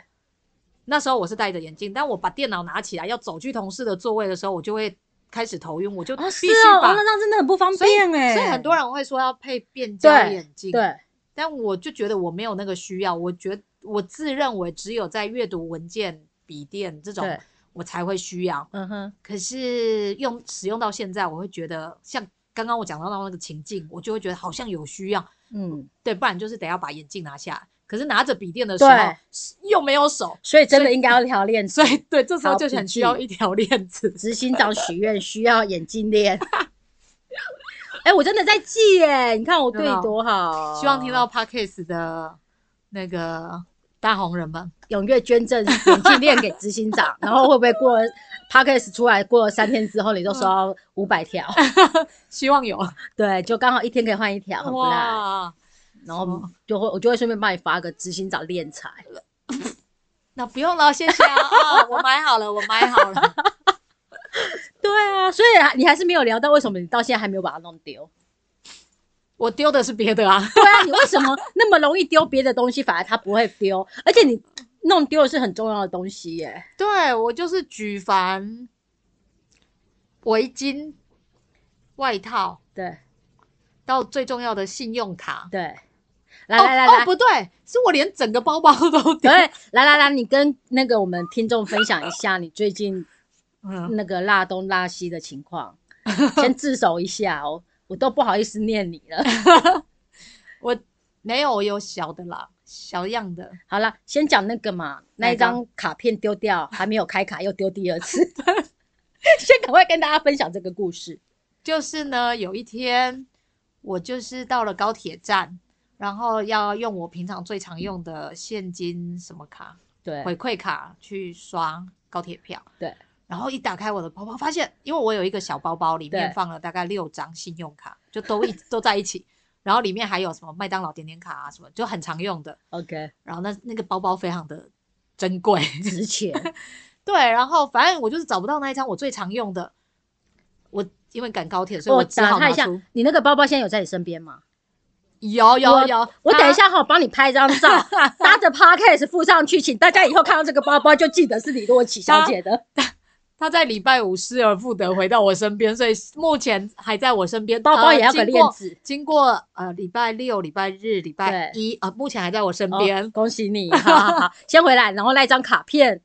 Speaker 3: 那时候我是戴着眼镜，但我把电脑拿起来要走去同事的座位的时候，我就会开始头晕，我就必
Speaker 2: 哦，是
Speaker 3: 须
Speaker 2: 哦，
Speaker 3: 把。
Speaker 2: 哦那那真的很不方
Speaker 3: 所以
Speaker 2: 便哎、
Speaker 3: 所以很多人会说要配变焦
Speaker 2: 对
Speaker 3: 眼镜，
Speaker 2: 对
Speaker 3: 但我就觉得我没有那个需要，我觉我自认为只有在阅读文件、笔电这种
Speaker 2: 对，
Speaker 3: 我才会需要。
Speaker 2: 嗯哼，
Speaker 3: 可是用使用到现在，我会觉得像刚刚我讲到的那个情境，我就会觉得好像有需要，
Speaker 2: 嗯，
Speaker 3: 对，不然就是得要把眼镜拿下来。可是拿着笔电的时候
Speaker 2: 对
Speaker 3: 是又没有手，
Speaker 2: 所以真的应该要条链子
Speaker 3: 所。以对，这时候
Speaker 2: 好
Speaker 3: 就
Speaker 2: 笔
Speaker 3: 很需
Speaker 2: 记
Speaker 3: 要一条 链子。
Speaker 2: 执行长许愿需要眼镜链。 哎、我真的在记耶！你看我对你多好，
Speaker 3: 哎希望听
Speaker 2: 哦
Speaker 3: 到 Parkes 的那个大红人们，
Speaker 2: 踊跃捐赠眼镜链给执行长，然后会不会过 p o d c a s 出来过了三天之后，你就收到五百条？
Speaker 3: 希望有
Speaker 2: 对，就刚好一天可以换一条，很不赖。
Speaker 3: 哇，
Speaker 2: 然后就会我就会顺便帮你发个执行长链财。
Speaker 3: 那不用了，谢谢啊！啊我买好了，我买好了。
Speaker 2: 对啊，所以你还是没有聊到为什么你到现在还没有把它弄丢。
Speaker 3: 我丢的是别的啊，
Speaker 2: 对啊，你为什么那么容易丢别的东西，反而他不会丢？而且你弄丢的是很重要的东西耶。
Speaker 3: 对我就是举凡围巾、外套，
Speaker 2: 对
Speaker 3: 到最重要的信用卡。
Speaker 2: 对，来来来来，
Speaker 3: 哦，哦不对，是我连整个包包都丢
Speaker 2: 对。，来来来，你跟那个我们听众分享一下你最近
Speaker 3: 嗯，
Speaker 2: 那个辣东辣西的情 况，先自首一下哦，我都不好意思念你了。
Speaker 3: 我没有，我有小的啦，小样的。
Speaker 2: 好了，先讲那个嘛，那
Speaker 3: 哪
Speaker 2: 一
Speaker 3: 一
Speaker 2: 张
Speaker 3: 张
Speaker 2: 卡片丢掉， 还没有开卡又丢第二次，先赶快跟大家分享这个故事。
Speaker 3: 就是呢，有一天我就是到了高铁站，然后要用我平常最常用的现金什么卡
Speaker 2: 对
Speaker 3: 回馈卡去刷高铁票。
Speaker 2: 对，
Speaker 3: 然后一打开我的包包，发现因为我有一个小包包，里面
Speaker 2: 对
Speaker 3: 放了大概六张信用卡，就都一 都在一起，然后里面还有什么麦当劳点点卡啊什么，就很常用的。
Speaker 2: ，OK，
Speaker 3: 然后那那个包包非常的珍贵，
Speaker 2: 值 钱，
Speaker 3: 对，然后反正我就是找不到那一张我最常用的，我因为赶高铁，所以
Speaker 2: 我哦
Speaker 3: 只
Speaker 2: 打
Speaker 3: 好
Speaker 2: 探
Speaker 3: 拿
Speaker 2: 一下
Speaker 3: 出。，
Speaker 2: 你那个包包现在有在你身边吗？
Speaker 3: 有有有，
Speaker 2: 我
Speaker 3: 它
Speaker 2: 等一下哈，帮你拍一张照，
Speaker 3: 啊
Speaker 2: 搭着 podcast 附上去，请大家以后看到这个包包就记得是李洛奇小姐 的。
Speaker 3: 他在礼拜五失而复得回到我身边，所以目前还在我身边。
Speaker 2: 包包
Speaker 3: 呃
Speaker 2: 也要个链。子，
Speaker 3: 经过经过呃礼拜六、礼拜日、礼拜一啊、呃目前还在我身边，
Speaker 2: 哦恭喜你，好好好，先回来，然后那张卡片，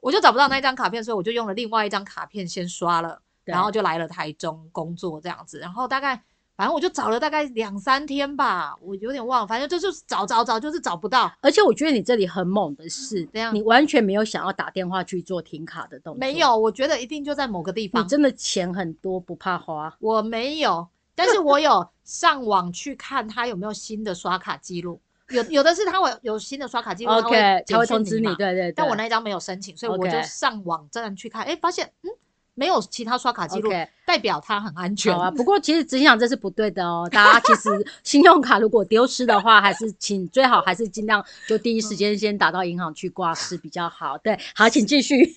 Speaker 3: 我就找不到那张卡片，所以我就用了另外一张卡片先刷了，
Speaker 2: 对
Speaker 3: 然后就来了台中工作这样子。然后大概反正我就找了大概两三天吧，我有点忘了，反正就就是找找找，就是找不到。
Speaker 2: 而且我觉得你这里很猛的是
Speaker 3: 怎，样
Speaker 2: 你完全没有想要打电话去做停卡的动作，
Speaker 3: 没，有，我觉得一定就在某个地
Speaker 2: 你
Speaker 3: 方。
Speaker 2: 真的钱很多，不怕花。
Speaker 3: 我没有，但是我有上网去看他有没有新的刷卡记录。有有的是他会有新的刷卡记录
Speaker 2: OK，
Speaker 3: 他
Speaker 2: 他
Speaker 3: 会
Speaker 2: 会
Speaker 3: 简
Speaker 2: 通
Speaker 3: 讯
Speaker 2: 知你，
Speaker 3: 嘛
Speaker 2: 对对对。
Speaker 3: 但我那一张没有申请，所以我就
Speaker 2: OK
Speaker 3: 上网真的去看，哎，发现嗯没有其他刷卡记录
Speaker 2: OK，
Speaker 3: 代表他很安全
Speaker 2: 好。啊，不过其实只想这是不对的哦。大家其实 信用卡如果丢失的话，还是请最好还是尽量就第
Speaker 3: 嗯
Speaker 2: 一时间先打到银行去挂失比较好。对，好，请继 续。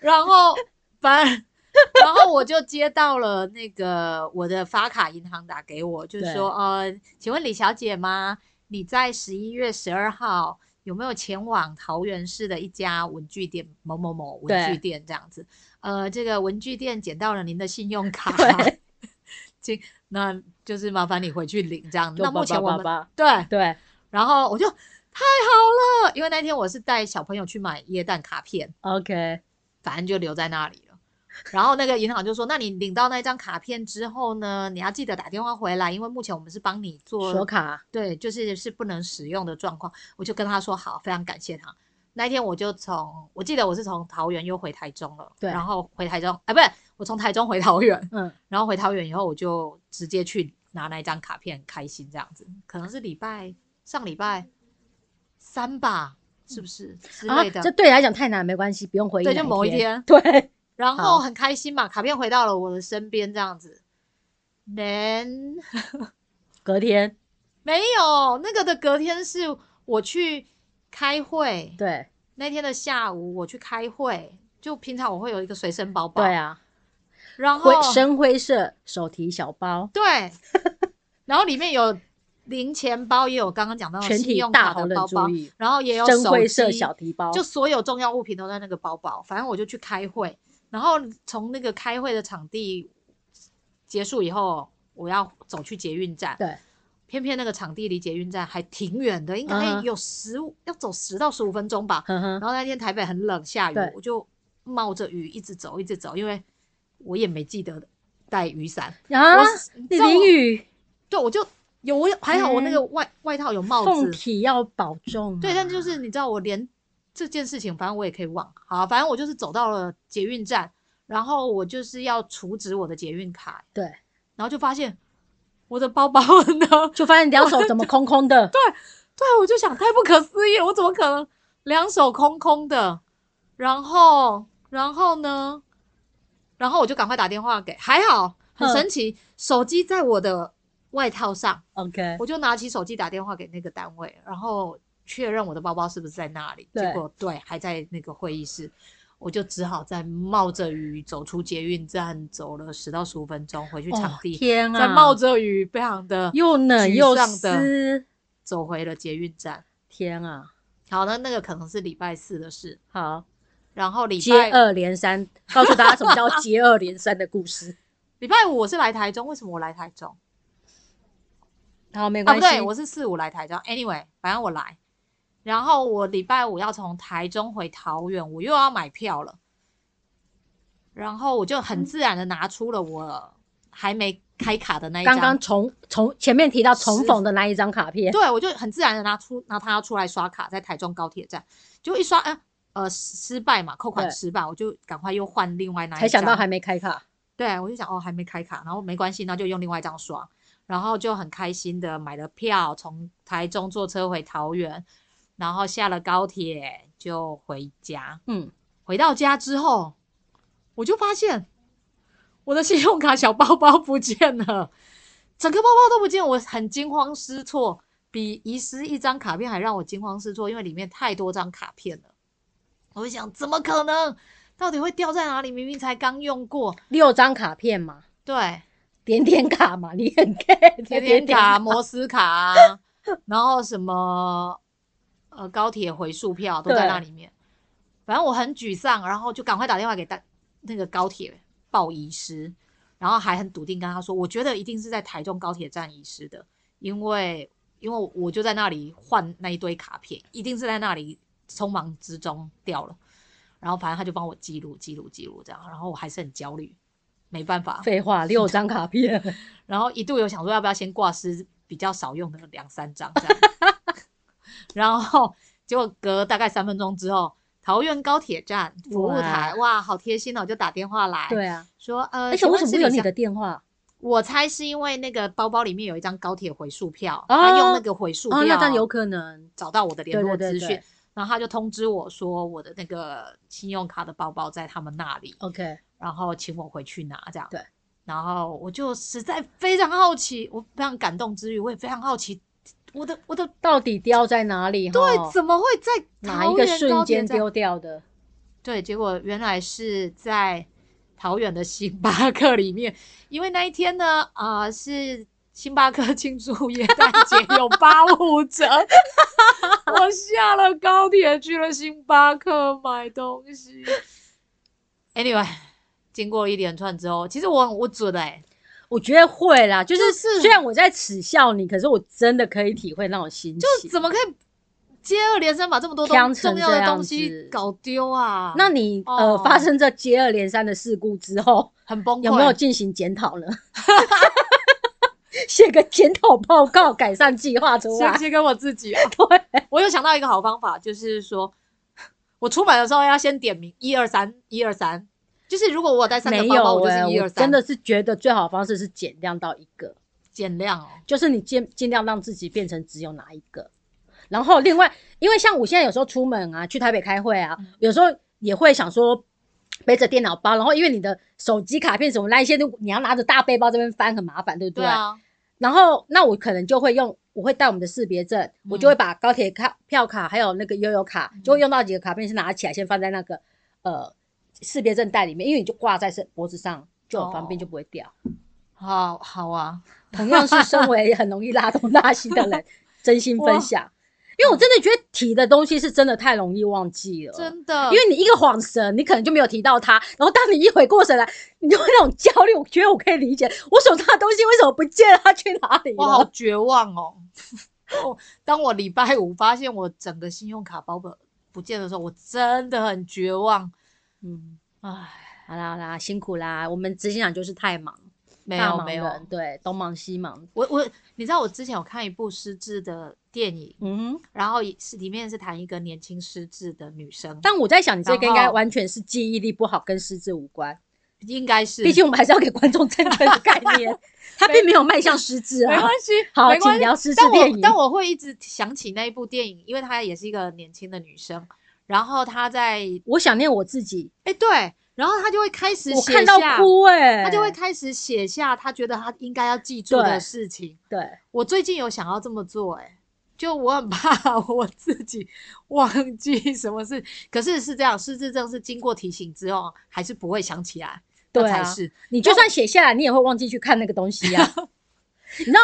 Speaker 3: 然后反然后我就接到了那个我的发卡银行打给我，就是
Speaker 2: 对
Speaker 3: 说呃，请问李小姐吗？你在十一月十二号有没有前往桃园市的一家文具店某某某文具
Speaker 2: 对
Speaker 3: 店这样子？呃，这个文具店捡到了您的信用卡，
Speaker 2: 对
Speaker 3: 请那就是麻烦你回去领这样。
Speaker 2: 就
Speaker 3: 那目前我
Speaker 2: 叭叭
Speaker 3: 们
Speaker 2: 叭叭
Speaker 3: 对
Speaker 2: 对，
Speaker 3: 然后我就太好了，因为那天我是带小朋友去买椰蛋卡片，
Speaker 2: OK，
Speaker 3: 反正就留在那里了。然后那个银行就说：“那你领到那张卡片之后呢，你要记得打电话回来，因为目前我们是帮你做
Speaker 2: 锁卡
Speaker 3: 对，就是是不能使用的状况。”我就跟他说：“好，非常感谢他。”那一天我就从我记得我是从桃园又回台中了，
Speaker 2: 对
Speaker 3: 然后回台中，哎，不是我从台中回桃园，
Speaker 2: 嗯，
Speaker 3: 然后回桃园以后我就直接去拿那一张卡片，开心这样子，可能是礼拜上礼拜三吧，是不是之
Speaker 2: 啊
Speaker 3: 类的？，
Speaker 2: 这对你来讲太难，没关系，不用回忆哪
Speaker 3: 对
Speaker 2: 天。
Speaker 3: 就某一天
Speaker 2: 对，
Speaker 3: 然后
Speaker 2: 好
Speaker 3: 很开心嘛，卡片回到了我的身边这样子。Then
Speaker 2: 隔天，
Speaker 3: 没有那个的隔天是我去开会，
Speaker 2: 对
Speaker 3: 那天的下午我去开会，就平常我会有一个随身包包，
Speaker 2: 对，啊，
Speaker 3: 然后
Speaker 2: 灰深灰色手提小包，
Speaker 3: 对，然后里面有零钱包，也有刚刚讲到的
Speaker 2: 全
Speaker 3: 哦信
Speaker 2: 体
Speaker 3: 用
Speaker 2: 大的
Speaker 3: 卡的
Speaker 2: 人
Speaker 3: 包包
Speaker 2: 注，意，
Speaker 3: 然后也有
Speaker 2: 深
Speaker 3: 手
Speaker 2: 灰色
Speaker 3: 机
Speaker 2: 小提包，
Speaker 3: 就所有重要物品都在那个包包。反正我就去开会，然后从那个开会的场地结束以后，我要走去捷运站。
Speaker 2: 对，
Speaker 3: 偏偏那个场地离捷运站还挺远的，应该
Speaker 2: 嗯哼
Speaker 3: 有十五、要走十到十五分钟吧。
Speaker 2: 哼
Speaker 3: 然
Speaker 2: 哼，
Speaker 3: 后那天台北很冷，下雨
Speaker 2: 对，
Speaker 3: 我就冒着雨一直走，一直走，因为我也没记得带雨伞。
Speaker 2: 啊
Speaker 3: 我，
Speaker 2: 你
Speaker 3: 知道
Speaker 2: 淋
Speaker 3: 我
Speaker 2: 雨，嗯
Speaker 3: 对，我就有我有还好我那个外、外套有帽
Speaker 2: 凤
Speaker 3: 子，
Speaker 2: 体要保重啊。
Speaker 3: 对，但就是你知道，我连这件事情，反正我也可以忘。好，反正我就是走到了捷运站，然后我就是要储值我的捷运卡，
Speaker 2: 对，
Speaker 3: 然后就发现我的包包呢，
Speaker 2: 就发现两手怎么空空的，
Speaker 3: 对我就想太不可思议了，我怎么可能两手空空的？然后，然后呢？然后我就赶快打电话给，还好，很神奇，手机在我的外套上，
Speaker 2: OK，
Speaker 3: 我就拿起手机打电话给那个单位，然后确认我的包包是不是在那里。
Speaker 2: 对
Speaker 3: 结果对，还在那个会议室，我就只好在冒着雨走出捷运站，走了十到十五分钟回去场
Speaker 2: 哦
Speaker 3: 地，
Speaker 2: 天啊，
Speaker 3: 在冒着雨，非常的
Speaker 2: 又冷又
Speaker 3: 沮丧地
Speaker 2: 湿，
Speaker 3: 走回了捷运站。
Speaker 2: 天啊，
Speaker 3: 好，那那个可能是礼拜四的事，
Speaker 2: 好，
Speaker 3: 然后礼
Speaker 2: 接
Speaker 3: 拜
Speaker 2: 二连三，告诉大家什么叫接二连三的故 事。
Speaker 3: 礼拜五我是来台中，为什么我来台中？
Speaker 2: 好，没
Speaker 3: 啊，
Speaker 2: 关
Speaker 3: 不
Speaker 2: 系，
Speaker 3: 对，我是四五来台中。Anyway，反正我来，然后我礼拜五要从台中回桃园，我又要买票了。然后我就很自然的拿出了我还没开卡的那一张，
Speaker 2: 刚刚重重前面提到重逢的那一张卡片，
Speaker 3: 对我就很自然的拿出拿它出来刷卡，在台中高铁站就一刷，呃呃失败嘛，扣款
Speaker 2: 对
Speaker 3: 失败，我就赶快又换另外那一张，
Speaker 2: 才想到还没开卡。
Speaker 3: 对，我就想哦还没开卡，然后没关系，那就用另外一张刷。然后就很开心的买了票，从台中坐车回桃园，然后下了高铁就回家。
Speaker 2: 嗯，
Speaker 3: 回到家之后，我就发现我的信用卡小包包不见了，整个包包都不见，我很惊慌失措，比遗失一张卡片还让我惊慌失措，因为里面太多张卡片了。我就想，怎么可能？到底会掉在哪里？明明才刚用过。
Speaker 2: 六张卡片嘛，
Speaker 3: 对，
Speaker 2: 点点卡嘛，你很 care
Speaker 3: 铁点卡、摩斯卡啊， 然后什么呃高铁回数票都在那里面。反正我很沮丧，然后就赶快打电话给大那个高铁报遗失，然后还很笃定跟他说，我觉得一定是在台中高铁站遗失的，因为因为我就在那里换那一堆卡片，一定是在那里匆忙之中掉了。然后反正他就帮我记录记录记录这样，然后我还是很焦虑，没办法，
Speaker 2: 废话，六张卡片，
Speaker 3: 然后一度有想说要不要先挂失比较少用的两三张这样， 然后结果隔大概三分钟之后，桃园高铁站服务台，哇，好贴心哦，就打电话来，
Speaker 2: 对啊，
Speaker 3: 说呃，
Speaker 2: 而且为什么会有
Speaker 3: 请问是
Speaker 2: 你
Speaker 3: 想
Speaker 2: 的？电话？
Speaker 3: 我猜是因为那个包包里面有一张高铁回数票，
Speaker 2: 哦
Speaker 3: 他用那个回数票，
Speaker 2: 哦，那当然有可能，
Speaker 3: 找到我的联
Speaker 2: 对
Speaker 3: 络
Speaker 2: 对对
Speaker 3: 资讯，
Speaker 2: 对
Speaker 3: 然后他就通知我说我的那个信用卡的包包在他们那里，
Speaker 2: ，OK，
Speaker 3: 然后请我回去拿这样。
Speaker 2: 对，
Speaker 3: 然后我就实在非常好奇，我非常感动之余，我也非常好奇，我的我的
Speaker 2: 到底掉在哪里？
Speaker 3: 对
Speaker 2: 对，
Speaker 3: 怎么会在
Speaker 2: 哦哪一个
Speaker 3: 桃园
Speaker 2: 瞬
Speaker 3: 高铁
Speaker 2: 间
Speaker 3: 站
Speaker 2: 丢？掉的？
Speaker 3: 对，结果原来是在桃园的星巴克里面，因为那一天呢，呃，是星巴克庆祝耶诞 节有八五折，我下了高铁去了星巴克买东西。Anyway，经过一连串之后，其实我很我准哎、
Speaker 2: 我觉得会啦，就是
Speaker 3: 就是
Speaker 2: 虽然我在耻笑你，可是我真的可以体会那种心情。
Speaker 3: 就怎么可以接二连三把这么多
Speaker 2: 呛
Speaker 3: 东
Speaker 2: 成
Speaker 3: 重要
Speaker 2: 这
Speaker 3: 的
Speaker 2: 样
Speaker 3: 东西
Speaker 2: 子
Speaker 3: 搞丢啊？
Speaker 2: 那你、呃
Speaker 3: 哦
Speaker 2: 发生这接二连三的事故之后，
Speaker 3: 很崩溃，
Speaker 2: 有没有进行检讨呢？ 写个检讨报告，改善计划出来
Speaker 3: 先。先跟我自己 啊？我有想到一个好方法，就是说我出门的时候要先点名一二三一二三，就是如果我有带三个
Speaker 2: 没
Speaker 3: 包包，
Speaker 2: 有
Speaker 3: 我就
Speaker 2: 哎、
Speaker 3: 是一
Speaker 2: 我
Speaker 3: 二三，
Speaker 2: 真的是觉得最好的方式是减量到一个，
Speaker 3: 减量哦。
Speaker 2: 就是你尽尽量让自己变成只有哪一个。然后另外，因为像我现在有时候出门啊，去台北开会啊，
Speaker 3: 嗯
Speaker 2: 有时候也会想说背着电脑包，然后因为你的手机卡片什么那一些都你要拿着大背包这边翻很麻烦，对不
Speaker 3: 对啊，
Speaker 2: 然后那我可能就会用，我会带我们的识别证，
Speaker 3: 嗯
Speaker 2: 我就会把高铁卡票卡还有那个悠游卡，就会用到几个卡片，是拿起来先放在那个呃识别证袋里面，因为你就挂在身脖子上就很方便，
Speaker 3: 哦
Speaker 2: 就不会掉。
Speaker 3: 好好啊，
Speaker 2: 同样是身为很容易拉东拉西的人，真心分享，因为我真的觉得提的东西是真的太容易忘记了，
Speaker 3: 真的，
Speaker 2: 因为你一个晃神，你可能就没有提到它，然后当你一回过神来，你就会那种焦虑。我觉得我可以理解，我手上的东西为什么不见了？它去哪里
Speaker 3: 我好
Speaker 2: 了？
Speaker 3: 绝望哦。我当我礼拜五发现我整个信用卡包本不见的时候，我真的很绝望。
Speaker 2: 嗯，
Speaker 3: 唉，
Speaker 2: 好啦好啦，辛苦啦，我们执行长就是太忙，
Speaker 3: 没
Speaker 2: 大
Speaker 3: 有
Speaker 2: 忙
Speaker 3: 没有，
Speaker 2: 人对，东忙西忙。
Speaker 3: 我我你知道我之前有看一部失智的电影，
Speaker 2: 嗯哼，
Speaker 3: 然后也是里面是谈一个年轻失智的女生，
Speaker 2: 但我在想，你这个应
Speaker 3: 然
Speaker 2: 该
Speaker 3: 后
Speaker 2: 完全是记忆力不好，跟失智无关。
Speaker 3: 应该是，
Speaker 2: 毕竟我们还是要给观众正确的概念， 他并没有迈向失智
Speaker 3: 没
Speaker 2: 啊
Speaker 3: 关。系，
Speaker 2: 好
Speaker 3: 没
Speaker 2: 请
Speaker 3: 关系。
Speaker 2: 聊失智
Speaker 3: 但
Speaker 2: 电
Speaker 3: 我
Speaker 2: 影
Speaker 3: 但我会一直想起那一部电影，因为她也是一个年轻的女生，然后她在
Speaker 2: 我想念我自己，
Speaker 3: 哎对，然后她就会开始
Speaker 2: 我
Speaker 3: 写
Speaker 2: 看到
Speaker 3: 下，
Speaker 2: 哭哎、
Speaker 3: 她就会开始写下她觉得她应该要记住的
Speaker 2: 对
Speaker 3: 事情。
Speaker 2: 对，
Speaker 3: 我最近有想要这么做、欸，就我很怕我自己忘记什么事。可是是这样，失智症是经过提醒之后还是不会想起来，那
Speaker 2: 对啊
Speaker 3: 才是。
Speaker 2: 你就算写下来，你也会忘记去看那个东西啊。 你知道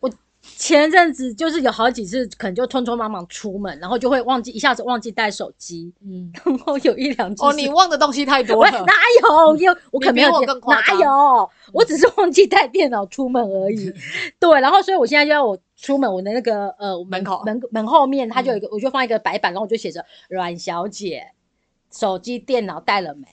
Speaker 2: 我前阵子就是有好几次，可能就匆匆忙忙出门，然后就会忘记一下子忘记带手机，
Speaker 3: 嗯，
Speaker 2: 然后有一两次
Speaker 3: 哦，
Speaker 2: 是
Speaker 3: 你忘的东西太多
Speaker 2: 喂，
Speaker 3: 了
Speaker 2: 哪。有？因为我
Speaker 3: 你
Speaker 2: 可没有
Speaker 3: 比我
Speaker 2: 电
Speaker 3: 更夸
Speaker 2: 哪
Speaker 3: 张嗯
Speaker 2: 有？我只是忘记带电脑出门而已。 对，然后所以我现在就要我出门，我的那个呃
Speaker 3: 门口嗯
Speaker 2: 门门后面，它就有一个，我就放一个白板，然后我就写着阮小姐，手机、电脑带了没？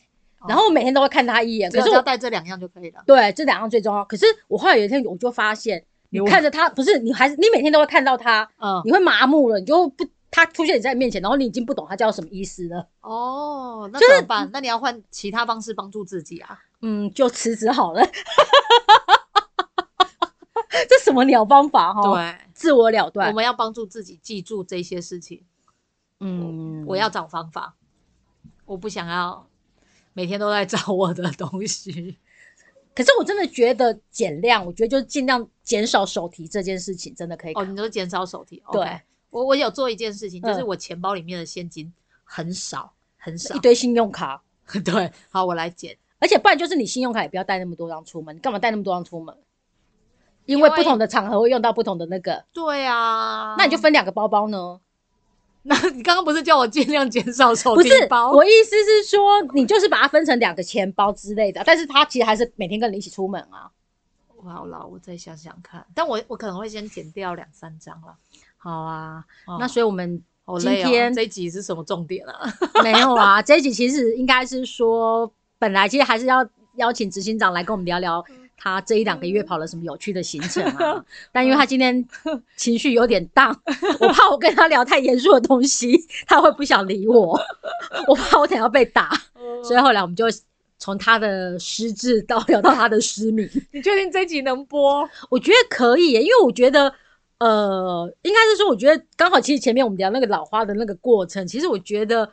Speaker 2: 然后我每天都会看她一眼，
Speaker 3: 只
Speaker 2: 可
Speaker 3: 有
Speaker 2: 是
Speaker 3: 只要
Speaker 2: 我
Speaker 3: 带哦这两样就可以了。
Speaker 2: 对这两样最重要。可是我后来有一天我就发现，你
Speaker 3: 有
Speaker 2: 看着她，不是你还是你每天都会看到她，
Speaker 3: 嗯，
Speaker 2: 你会麻木了，你就不她出现在你面前，然后你已经不懂她叫什么意思了。
Speaker 3: 哦，那
Speaker 2: 就是
Speaker 3: 怎么办？那你要换其他方式帮助自己啊。
Speaker 2: 嗯，就辞职好了。这什什么鸟方法哈，，
Speaker 3: 对，
Speaker 2: 自我了
Speaker 3: 哦我
Speaker 2: 断。
Speaker 3: 们要帮助自己记住这些事情。
Speaker 2: 嗯
Speaker 3: 我要找方法，我不想要每天都在找我的东西。
Speaker 2: 可是我真的觉得减量，我觉得就尽量减少手提这件事情，真的可以。
Speaker 3: 哦，你都减少手提。
Speaker 2: 对
Speaker 3: OK 我我有做一件事情，就是
Speaker 2: 嗯
Speaker 3: 我钱包里面的现金很少很少
Speaker 2: 一。堆信用卡，
Speaker 3: 对，好，我来减。
Speaker 2: 而且不然就是你信用卡也不要带那么多张出门，你干嘛带那么多张出门？因为
Speaker 3: 因
Speaker 2: 不
Speaker 3: 为
Speaker 2: 同的场合会用到不同的那个，
Speaker 3: 对啊，
Speaker 2: 那你就分两个包包呢？
Speaker 3: 那你刚刚不是叫我尽量减少手
Speaker 2: 不
Speaker 3: 提
Speaker 2: 是，
Speaker 3: 包？
Speaker 2: 我意思是说，你就是把它分成两个钱包之类的，但是它其实还是每天跟你一起出门啊。
Speaker 3: 我好啦，我再想想看。但我我可能会先减掉两三张了。
Speaker 2: 好啊，
Speaker 3: 哦
Speaker 2: 那所以我们
Speaker 3: 好
Speaker 2: 今
Speaker 3: 累哦
Speaker 2: 天
Speaker 3: 这一集是什么重点 啊？
Speaker 2: 没有啊，这一集其实应该是说，本来其实还是要邀请执行长来跟我们聊聊他这一两个月跑了什么有趣的行程啊。但因为他今天情绪有点荡，我怕我跟他聊太严肃的东西，他会不想理我，我怕我等下被打，所以后来我们就从他的失智到聊到他的失明。
Speaker 3: 你确定这一集能播？
Speaker 2: 我觉得可以耶，因为我觉得，呃，应该是说，我觉得刚好，其实前面我们聊那个老花的那个过程，其实我觉得，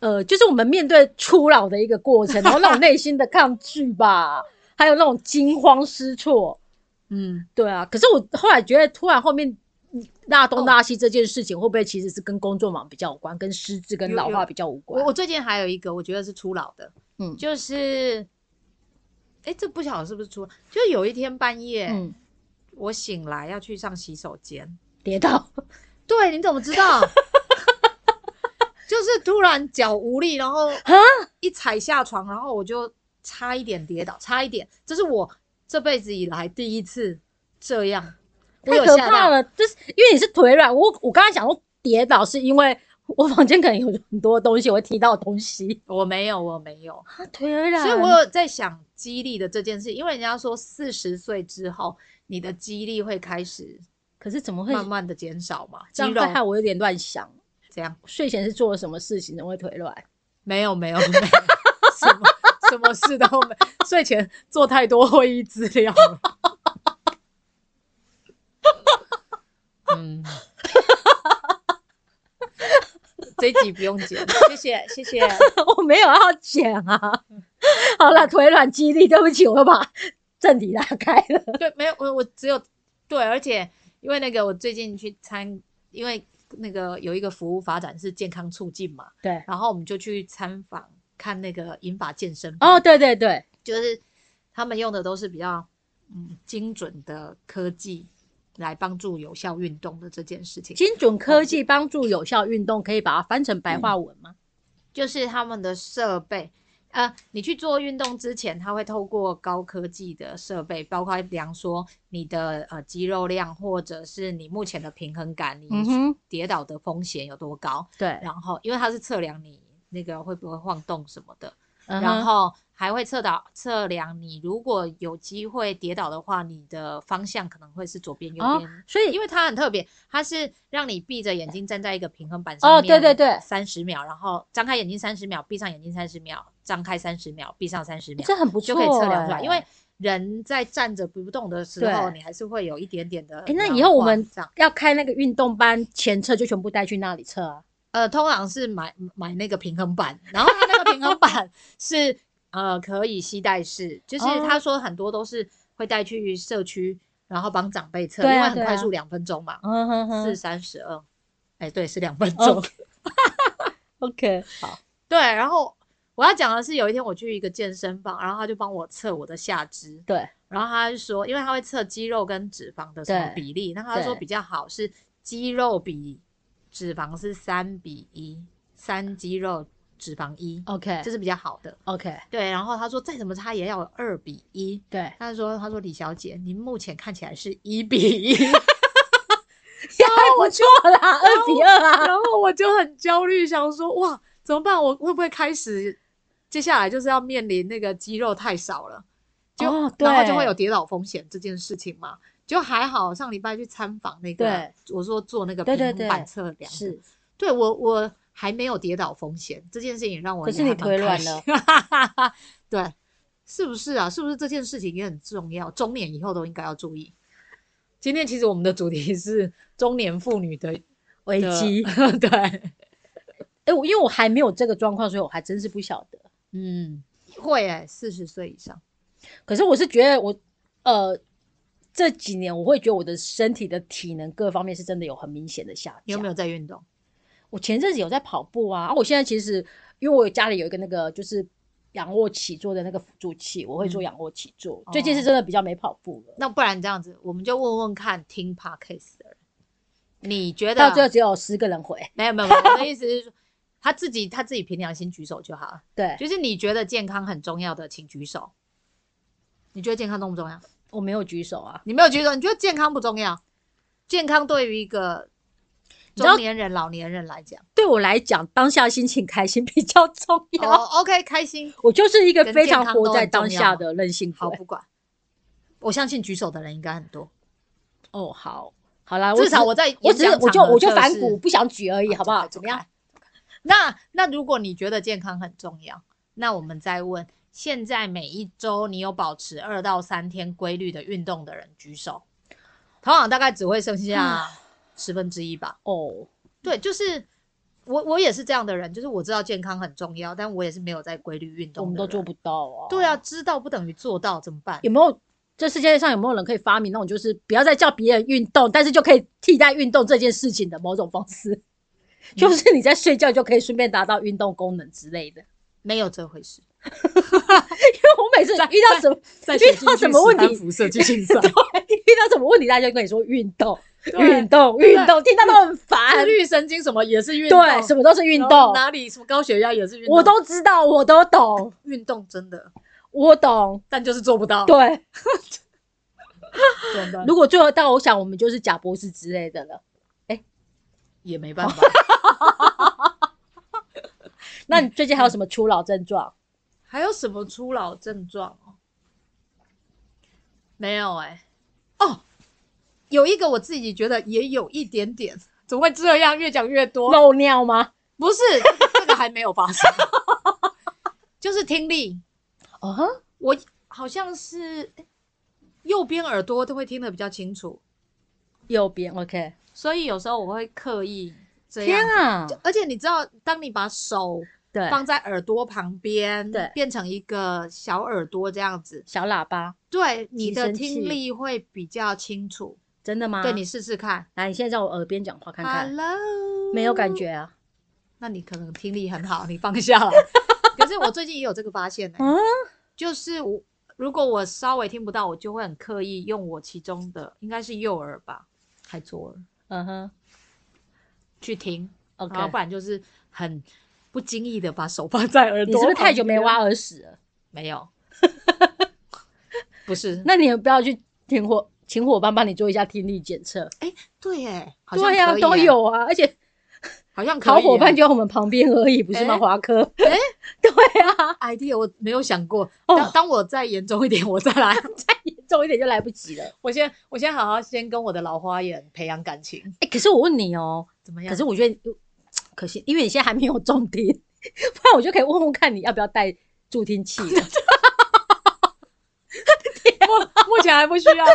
Speaker 2: 呃，就是我们面对初老的一个过程，然后那种内心的抗拒吧，还有那种惊慌失措，
Speaker 3: 嗯，
Speaker 2: 对啊。可是我后来觉得，突然后面大
Speaker 3: 哦
Speaker 2: 东大西这件事情，会不会其实是跟工作忙比较有关，跟失智跟
Speaker 3: 有
Speaker 2: 老
Speaker 3: 有
Speaker 2: 化比较无关
Speaker 3: 我？我最近还有一个，我觉得是初老的，
Speaker 2: 嗯
Speaker 3: 就是，哎，这不晓得是不是初老，就是有一天半夜、
Speaker 2: 嗯，
Speaker 3: 我醒来要去上洗手间，
Speaker 2: 跌倒，
Speaker 3: 对，你怎么知道？ 就是突然脚无力，然 后一踩下床，然后我就差一点跌倒，差一点，这是我这辈子以来第一次这样，我
Speaker 2: 太
Speaker 3: 有
Speaker 2: 可
Speaker 3: 吓
Speaker 2: 怕
Speaker 3: 到。
Speaker 2: 了，就是因为你是腿软，我我刚才想说跌倒是因为我房间可能有很多东西，我会踢到东西，
Speaker 3: 我没有，我没有，
Speaker 2: 啊、腿软，
Speaker 3: 所以我有在想肌力的这件事，因为人家说四十岁之后，你的肌力会开始
Speaker 2: 可是怎么会
Speaker 3: 慢慢的减少嘛，
Speaker 2: 这
Speaker 3: 肌
Speaker 2: 样
Speaker 3: 肉
Speaker 2: 会害我有点乱想，
Speaker 3: 这样
Speaker 2: 睡前是做了什么事情怎么会腿软？
Speaker 3: 没有没有没有，什么什么事都没，睡前做太多会议资料了。嗯，这一集不用剪，谢谢谢谢。
Speaker 2: 我没有要剪啊，
Speaker 3: 嗯
Speaker 2: 好了，腿软肌力，对不起，我又把正题拉开了，
Speaker 3: 对，没有我我只有对，而且因为那个我最近去参，因为那个有一个服务发展是健康促进嘛，
Speaker 2: 对，
Speaker 3: 然后我们就去参访看那个银发健身房
Speaker 2: 哦，对对对，
Speaker 3: 就是他们用的都是比较嗯精准的科技来帮助有效运动的这件事情。
Speaker 2: 精准科技帮助有效运动，可以把它翻成白话文吗？
Speaker 3: 就是他们的设备，呃，你去做运动之前，它会透过高科技的设备，包括量说你的呃肌肉量，或者是你目前的平衡感，你
Speaker 2: 嗯哼
Speaker 3: 跌倒的风险有多高，
Speaker 2: 对，
Speaker 3: 然后因为它是测量你那个会不会晃动什么的，
Speaker 2: 嗯
Speaker 3: 然
Speaker 2: 哼
Speaker 3: 后还会测到测量你如果有机会跌倒的话，你的方向可能会是左边右
Speaker 2: 哦
Speaker 3: 边。
Speaker 2: 所以
Speaker 3: 因为它很特别，它是让你闭着眼睛站在一个平衡板上
Speaker 2: 哦
Speaker 3: 面，
Speaker 2: 对对对
Speaker 3: 三十秒，然后张开眼睛三十秒，闭上眼睛三十秒，张开三十秒，闭上三十秒，
Speaker 2: 这很不错、
Speaker 3: 就可以测量出来。
Speaker 2: 哎
Speaker 3: 因为人在站着不动的时候，
Speaker 2: 对
Speaker 3: 你还是会有一点点的
Speaker 2: 哎
Speaker 3: 摇晃。
Speaker 2: 那以后我们
Speaker 3: 这样，
Speaker 2: 要开那个运动班前测，就全部带去那里测啊。
Speaker 3: 呃，通常是买买那个平衡板，然后它那个平衡 板是呃可以携带式，就是
Speaker 2: 哦
Speaker 3: 他说很多都是会带去社区，然后帮长辈测，
Speaker 2: 对啊
Speaker 3: 因为很
Speaker 2: 对啊
Speaker 3: 快速两分钟嘛，
Speaker 2: 嗯哼
Speaker 3: 四
Speaker 2: 哼
Speaker 3: 三十二，哎，对，是两分钟。
Speaker 2: ，OK，好，
Speaker 3: 对，然后我要讲的是，有一天我去一个健身房，然后他就帮我测我的下肢，
Speaker 2: 对，
Speaker 3: 然后他就说，因为他会测肌肉跟脂肪的什么
Speaker 2: 对
Speaker 3: 比例，那他说
Speaker 2: 对
Speaker 3: 比较好是肌肉比脂肪是三比一，三肌肉脂肪一，
Speaker 2: ，OK，
Speaker 3: 这是比较好的。
Speaker 2: OK，
Speaker 3: 对，然后他说再怎么差也要有二比一。
Speaker 2: 对，
Speaker 3: 他说：“他说李小姐，您目前看起来是一比一，
Speaker 2: 太不哦错啦，二比二啊，
Speaker 3: 然后我就很焦虑，想说哇，怎么办？我会不会开始接下来就是要面临那个肌肉太少了，就、
Speaker 2: 哦
Speaker 3: 然后
Speaker 2: 对
Speaker 3: 就会有跌倒风险这件事情嘛？就还好，上礼拜去参访那个
Speaker 2: 对，
Speaker 3: 我说做那个
Speaker 2: 对
Speaker 3: 平
Speaker 2: 对
Speaker 3: 衡
Speaker 2: 对
Speaker 3: 板测量的，
Speaker 2: 是，
Speaker 3: 对我我还没有跌倒风险这件事情让我
Speaker 2: 可是
Speaker 3: 也
Speaker 2: 你
Speaker 3: 还蛮
Speaker 2: 腿
Speaker 3: 开
Speaker 2: 软
Speaker 3: 心
Speaker 2: 了，
Speaker 3: 对，是不是啊？是不是这件事情也很重要？中年以后都应该要注意。今天其实我们的主题是中年妇女的
Speaker 2: 危机。，
Speaker 3: 的 对，
Speaker 2: 哎、我因为我还没有这个状况，所以我还真是不晓得。
Speaker 3: 嗯，会哎、四十岁以上，
Speaker 2: 可是我是觉得我，呃，这几年我会觉得我的身体的体能各方面是真的有很明显的下降。
Speaker 3: 你有没
Speaker 2: 有？
Speaker 3: 有在运动？
Speaker 2: 我前阵子有在跑步啊，啊我现在其实因为我有家里有一个那个就是仰卧起坐的那个辅助器，我会做
Speaker 3: 嗯
Speaker 2: 仰卧起坐。
Speaker 3: 哦
Speaker 2: 最近是真的比较没跑步了，
Speaker 3: 那不然这样子，我们就问问看听 podcast 的人，你觉得
Speaker 2: 到最后只有十个人回。
Speaker 3: 没有没有，没有我的意思是说，他自己他自己凭良心举手就好了。
Speaker 2: 对，
Speaker 3: 就是你觉得健康很重要的，请举手。你觉得健康重不重要？
Speaker 2: 我没有举手啊。
Speaker 3: 你没有举手，你觉得健康不重要？健康对于一个
Speaker 2: 你知道
Speaker 3: 中年人、老年人来讲，
Speaker 2: 对我来讲，当下心情开心比较重要。
Speaker 3: 哦，OK，开心，
Speaker 2: 我就是一个
Speaker 3: 跟
Speaker 2: 非
Speaker 3: 健
Speaker 2: 常
Speaker 3: 康
Speaker 2: 活
Speaker 3: 都
Speaker 2: 在
Speaker 3: 很
Speaker 2: 当
Speaker 3: 重要
Speaker 2: 下
Speaker 3: 嘛
Speaker 2: 的任性鬼。
Speaker 3: 好不管。我相信举手的人应该很多，
Speaker 2: 哦，好，好啦，
Speaker 3: 至少
Speaker 2: 只
Speaker 3: 我在
Speaker 2: 我
Speaker 3: 演
Speaker 2: 只是
Speaker 3: 讲
Speaker 2: 我就
Speaker 3: 场合
Speaker 2: 我就
Speaker 3: 测
Speaker 2: 反
Speaker 3: 试
Speaker 2: 骨，不想举而已，
Speaker 3: 啊
Speaker 2: 好不好？
Speaker 3: 走开
Speaker 2: 怎么样
Speaker 3: 走？开那那如果你觉得健康很重要，那我们再问：现在每一周你有保持二到三天规律的运动的人举手，通常大概只会剩下
Speaker 2: 嗯
Speaker 3: 十分之一吧。
Speaker 2: 哦，
Speaker 3: 对，就是我我也是这样的人，就是我知道健康很重要，但我也是没有在规律运动，
Speaker 2: 我们都做。不到啊。
Speaker 3: 对啊，，知道不等于做到，怎么办
Speaker 2: 有？没有？这世界上有没有人可以发明那种，就是不要再叫别人运动，但是就可以替代运动这件事情的某种方式？ 就是你在睡觉就可以顺便达到运动功能之类的。 因
Speaker 3: 没有这回事。
Speaker 2: 为我每次遇到 什么
Speaker 3: 在
Speaker 2: 水晶去实弹
Speaker 3: 辐射去
Speaker 2: 啊
Speaker 3: 竞赛，
Speaker 2: 对遇到什么问题，大家就跟你说运动，
Speaker 3: 对
Speaker 2: 运动，运动，听到都很烦
Speaker 3: 自。律神经什么也是运动，啊
Speaker 2: 对，什么都是运
Speaker 3: 然后
Speaker 2: 动，
Speaker 3: 哪里什么高血压也是运动，
Speaker 2: 我都知道，我都懂，
Speaker 3: 运动真的，
Speaker 2: 我懂。
Speaker 3: 但就是做不到。
Speaker 2: 对，
Speaker 3: 怎么办
Speaker 2: 如果最后到，我想我们就是贾博士之类的了。
Speaker 3: 也没办法。
Speaker 2: 那你最近还有什么初老症状？
Speaker 3: 还有什么初老症状哦？没有哎、哦，有一个我自己觉得也有一点点，怎么会这样？越讲越多，
Speaker 2: 漏尿吗？
Speaker 3: 不是这个还没有发生， 就是听力，
Speaker 2: 啊哈，
Speaker 3: 我好像是诶右边耳朵都会听得比较清楚，
Speaker 2: 右边 OK。
Speaker 3: 所以有时候我会刻意这样
Speaker 2: 天
Speaker 3: 子。
Speaker 2: 啊，
Speaker 3: 就而且你知道，当你把手
Speaker 2: 对，
Speaker 3: 放在耳朵旁边，
Speaker 2: 对
Speaker 3: 变成一个小耳朵这样子，
Speaker 2: 小喇叭，
Speaker 3: 对你
Speaker 2: 提
Speaker 3: 的
Speaker 2: 升器
Speaker 3: 听力会比较清楚。
Speaker 2: 真的吗？
Speaker 3: 对你试试看
Speaker 2: 来，你现在在我耳边讲话看看，
Speaker 3: ，Hello，
Speaker 2: 没有感。觉啊？
Speaker 3: 那你可能听力很好，你放 下了。可是我最近也有这个发现呢、
Speaker 2: 嗯，
Speaker 3: 就是我如果我稍微听不到，我就会很刻意用我其中的应该是右耳吧，还左耳
Speaker 2: 嗯哼
Speaker 3: 去听
Speaker 2: ，OK
Speaker 3: 然。后不然就是很不经意的把手放在耳朵。
Speaker 2: 你是不啊是太久没挖？耳屎了？
Speaker 3: 没有，不是。
Speaker 2: 那你也不要去请伙，请伙伴帮你做一下听力检测。
Speaker 3: 对耶，好像
Speaker 2: 对呀、
Speaker 3: 可以
Speaker 2: 都
Speaker 3: 耶，
Speaker 2: 有啊，而啊且
Speaker 3: 好像可
Speaker 2: 好
Speaker 3: 以
Speaker 2: 伙
Speaker 3: 耶
Speaker 2: 伴就在我们旁边而已，不是吗？
Speaker 3: 哎
Speaker 2: 华科，
Speaker 3: 哎
Speaker 2: 对啊，
Speaker 3: idea 我没有想过，
Speaker 2: 哦
Speaker 3: 当当我再严重一点，我再来。
Speaker 2: 严重一点就来不及了。
Speaker 3: 我先我先好好先跟我的老花眼培养感情，
Speaker 2: 哎、可是我问你哦、
Speaker 3: 怎么样？
Speaker 2: 可是我觉得呃可惜，因为你现在还没有重听， 不然我就可以问问看你要不要带助听器了。
Speaker 3: 目前还不需要，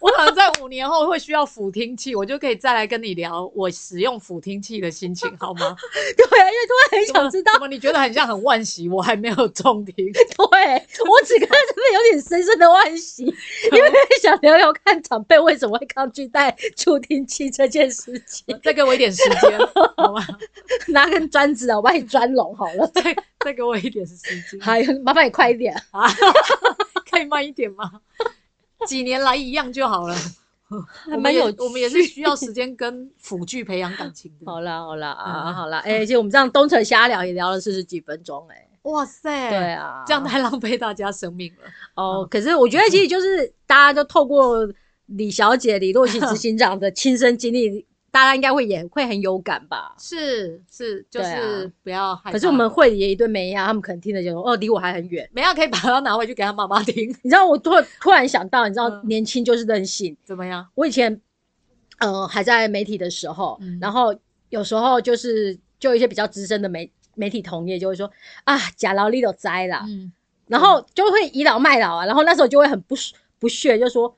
Speaker 3: 我可能在五年后会需要辅听器，我就可以再来跟你聊我使用辅听器的心情，好吗？
Speaker 2: 对啊，因为突然很 想知道
Speaker 3: 怎，么你觉得很像很惋惜，我还没有重听。
Speaker 2: 对我只看到这边有点深深的惋惜，因为想聊聊看长辈为什么会抗拒带助听器这件事情，
Speaker 3: 再给我一点时间，好吗？
Speaker 2: 拿根砖子啊，我把你砖拢好了。
Speaker 3: 再再给我一点时间，
Speaker 2: 还有， 麻烦你快一点。
Speaker 3: 啊，可以慢一点吗？几年来一样就好了。我们
Speaker 2: 蛮
Speaker 3: 也
Speaker 2: 有
Speaker 3: 我们也是需要时间跟辅具培养感情 的。
Speaker 2: 好啦，好啦啊，
Speaker 3: 嗯
Speaker 2: 好啦，哎、而且我们这样东扯瞎聊也聊了四十几分钟、哎，
Speaker 3: 哇塞，
Speaker 2: 对，啊，
Speaker 3: 这样太浪费大家生命了。
Speaker 2: 哦，可是我觉得其实就是大家都透过李小姐、李洛奇执行长的亲身经历，大家应该会也会很有感吧。
Speaker 3: 是是，就
Speaker 2: 对啊
Speaker 3: 是不要害怕。
Speaker 2: 可是我们会也一对梅呀，他们可能听得就说哦，离我还很远。
Speaker 3: 没有可以把它拿回去给他妈妈听，
Speaker 2: 你知道我突突然想到，你知道
Speaker 3: 嗯
Speaker 2: 年轻就是任性。
Speaker 3: 怎么样？
Speaker 2: 我以前呃还在媒体的时候，
Speaker 3: 嗯
Speaker 2: 然后有时候就是就一些比较资深的媒媒体同业就会说啊，假劳力都栽啦，
Speaker 3: 嗯，
Speaker 2: 然后就会倚老卖老啊，然后那时候就会很不不屑，就说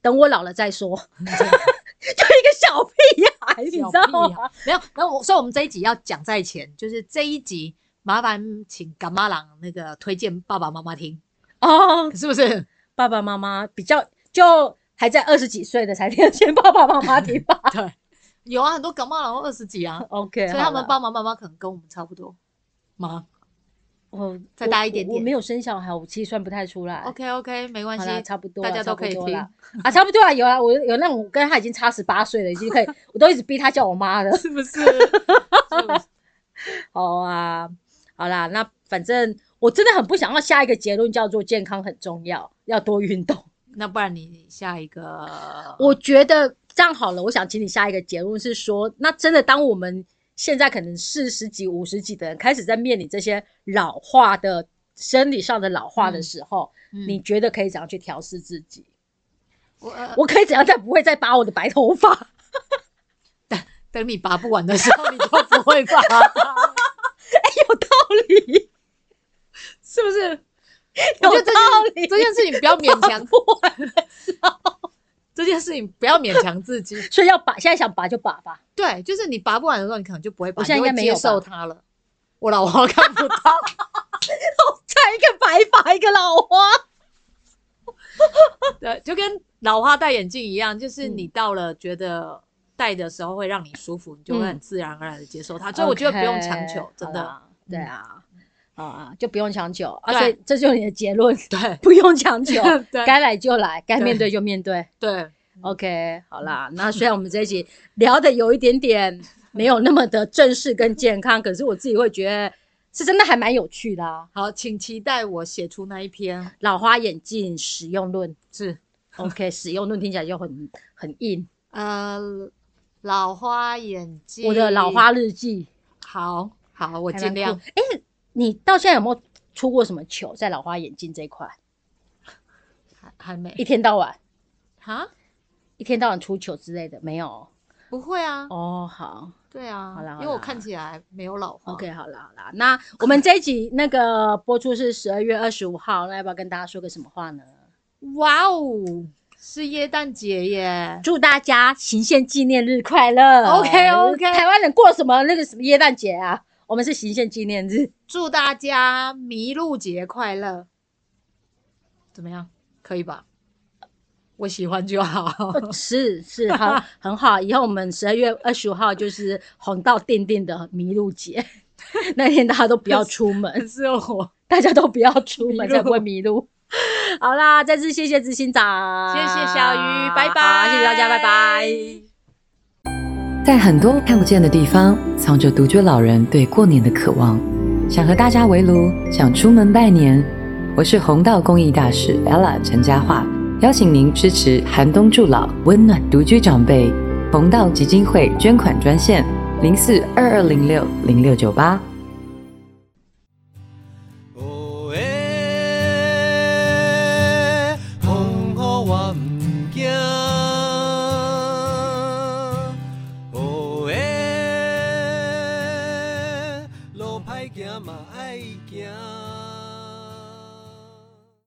Speaker 4: 等我老了再 说，
Speaker 2: 就一个小屁孩，你
Speaker 3: 小
Speaker 2: 知道
Speaker 3: 屁
Speaker 2: 吗？
Speaker 3: 孩没有，那我所以我们这一集要讲在前，就是这一集麻烦请干妈郎那个推荐爸爸妈妈听，
Speaker 2: 哦，
Speaker 3: 是不是？
Speaker 2: 爸爸妈妈比较就还在二十几岁的才听得见 爸爸妈妈的吧
Speaker 3: 对，有啊，很多干妈郎都二十几啊，
Speaker 2: ？OK，
Speaker 3: 所以他们
Speaker 2: 好了
Speaker 3: 爸爸妈妈可能跟我们差不多吗
Speaker 2: 我
Speaker 3: 再
Speaker 2: 我
Speaker 3: 大一点
Speaker 2: 我我
Speaker 3: 点
Speaker 2: 没有生小孩，我其实算不太出来。
Speaker 3: ？OK OK，没关
Speaker 2: 好啦，
Speaker 3: 系，
Speaker 2: 差不多啦，
Speaker 3: 大家都
Speaker 2: 差不
Speaker 3: 可以
Speaker 2: 多
Speaker 3: 听
Speaker 2: 啦啊，差不多啊，有啊，我有那种跟他已经差十八岁了，已经 可以，我都一直逼他叫我妈了。
Speaker 3: 是 不是？是不是
Speaker 2: 好啊，好啦，那反正我真的很不想要下一个结论叫做健康很重要，要多运动。
Speaker 3: 那不然你下一个，
Speaker 2: 我觉得这样好了，我想请你下一个结论是说，那真的当我们现在可能四十几、五十几的人开始在面临这些老化的生理上的老化的
Speaker 3: 嗯
Speaker 2: 时候，
Speaker 3: 嗯
Speaker 2: 你觉得可以怎样去调试自己？
Speaker 3: 我呃
Speaker 2: 我可以怎样再不会再拔我的白头发？
Speaker 3: 等你拔不完的时候，你就不会拔，
Speaker 2: 有道理，
Speaker 3: 是不是？我
Speaker 2: 有
Speaker 3: 觉得
Speaker 2: 道理，
Speaker 3: 这件事情不要勉强，
Speaker 2: 不完，
Speaker 3: 这件事情不要勉强自己。
Speaker 2: 所以要拔，现在想拔就拔吧。
Speaker 3: 对，就是你拔不完的时候，你可能就不会拔，
Speaker 2: 我现在
Speaker 3: 你就会
Speaker 2: 应该没有
Speaker 3: 接受
Speaker 2: 吧
Speaker 3: 它了。我老花看不到，
Speaker 2: 再一个白发，一个老花。
Speaker 3: 对，就跟老花戴眼镜一样，就是
Speaker 2: 嗯
Speaker 3: 你到了觉得戴的时候会让你舒服，你就会
Speaker 2: 嗯
Speaker 3: 很自然而然的接受它。啊所以我觉得不用强求，
Speaker 2: OK，
Speaker 3: 真
Speaker 2: 好
Speaker 3: 的。嗯
Speaker 2: 啦，对啊，啊，就不用强求啊，
Speaker 3: 对
Speaker 2: 所以这就是你的结论，
Speaker 3: 对，
Speaker 2: 不用强求
Speaker 3: 对
Speaker 2: 该来就来，该
Speaker 3: 对嗯
Speaker 2: 面对就面对。
Speaker 3: 对，
Speaker 2: OK，好啦，那虽然我们这一集聊的有一点点没有那么的正式跟健康，可是我自己会觉得是真的还蛮有趣的啊。
Speaker 3: 好，请期待我写出那一篇。
Speaker 2: 老花眼镜使用 论
Speaker 3: 是，
Speaker 2: ，OK，使用论听起来就很很硬。
Speaker 3: 呃，老花眼镜，
Speaker 2: 我的老花日记，
Speaker 3: 好好，我
Speaker 2: 还蛮
Speaker 3: 尽量
Speaker 2: 酷。。哎、你到现在有没有出过什么糗在老花眼镜这一块？
Speaker 3: 还还没
Speaker 2: 一天到晚。
Speaker 3: 哈，
Speaker 2: 一天到晚出糗之类的，没有哦
Speaker 3: 不会啊，
Speaker 2: 哦。好
Speaker 3: 对啊，
Speaker 2: 好啦好
Speaker 3: 因为我
Speaker 2: 啦
Speaker 3: 看起来没有老花。
Speaker 2: ，OK，好啦好啦。那我们这一集那个播出是十二月二十五号，那要不要跟大家说个什么话呢？
Speaker 3: 哇哦，是耶诞节耶！
Speaker 2: 祝大家行宪纪念日快乐
Speaker 3: OK，OK
Speaker 2: 台湾人过什么那个什么耶诞节啊？我们是行宪纪念日。
Speaker 3: 祝大家麋鹿节快乐，怎么样？可以吧？我喜欢就 好。
Speaker 2: 哦是是，好，很好。以后我们十二月二十五号就是红到定定的麋鹿节， 那天大家都不要出门。
Speaker 3: 是我，
Speaker 2: 大家都不要出门，
Speaker 3: 迷路
Speaker 2: 才不会迷路。好啦，再次谢谢执行长，
Speaker 3: 谢谢小鱼，拜拜，
Speaker 2: 好谢谢大家，拜拜。
Speaker 5: 在很多看不见的地方，藏着独居老人对过年的渴望。想和大家围炉，想出门拜年。我是红道公益大使 Ella 陈嘉桦，邀请您支持寒冬助老，温暖独居长辈。红道基金会捐款专线零四二二零六零六九八。
Speaker 1: 哦耶，风雨我毋惊。哦耶，路歹行嘛爱行。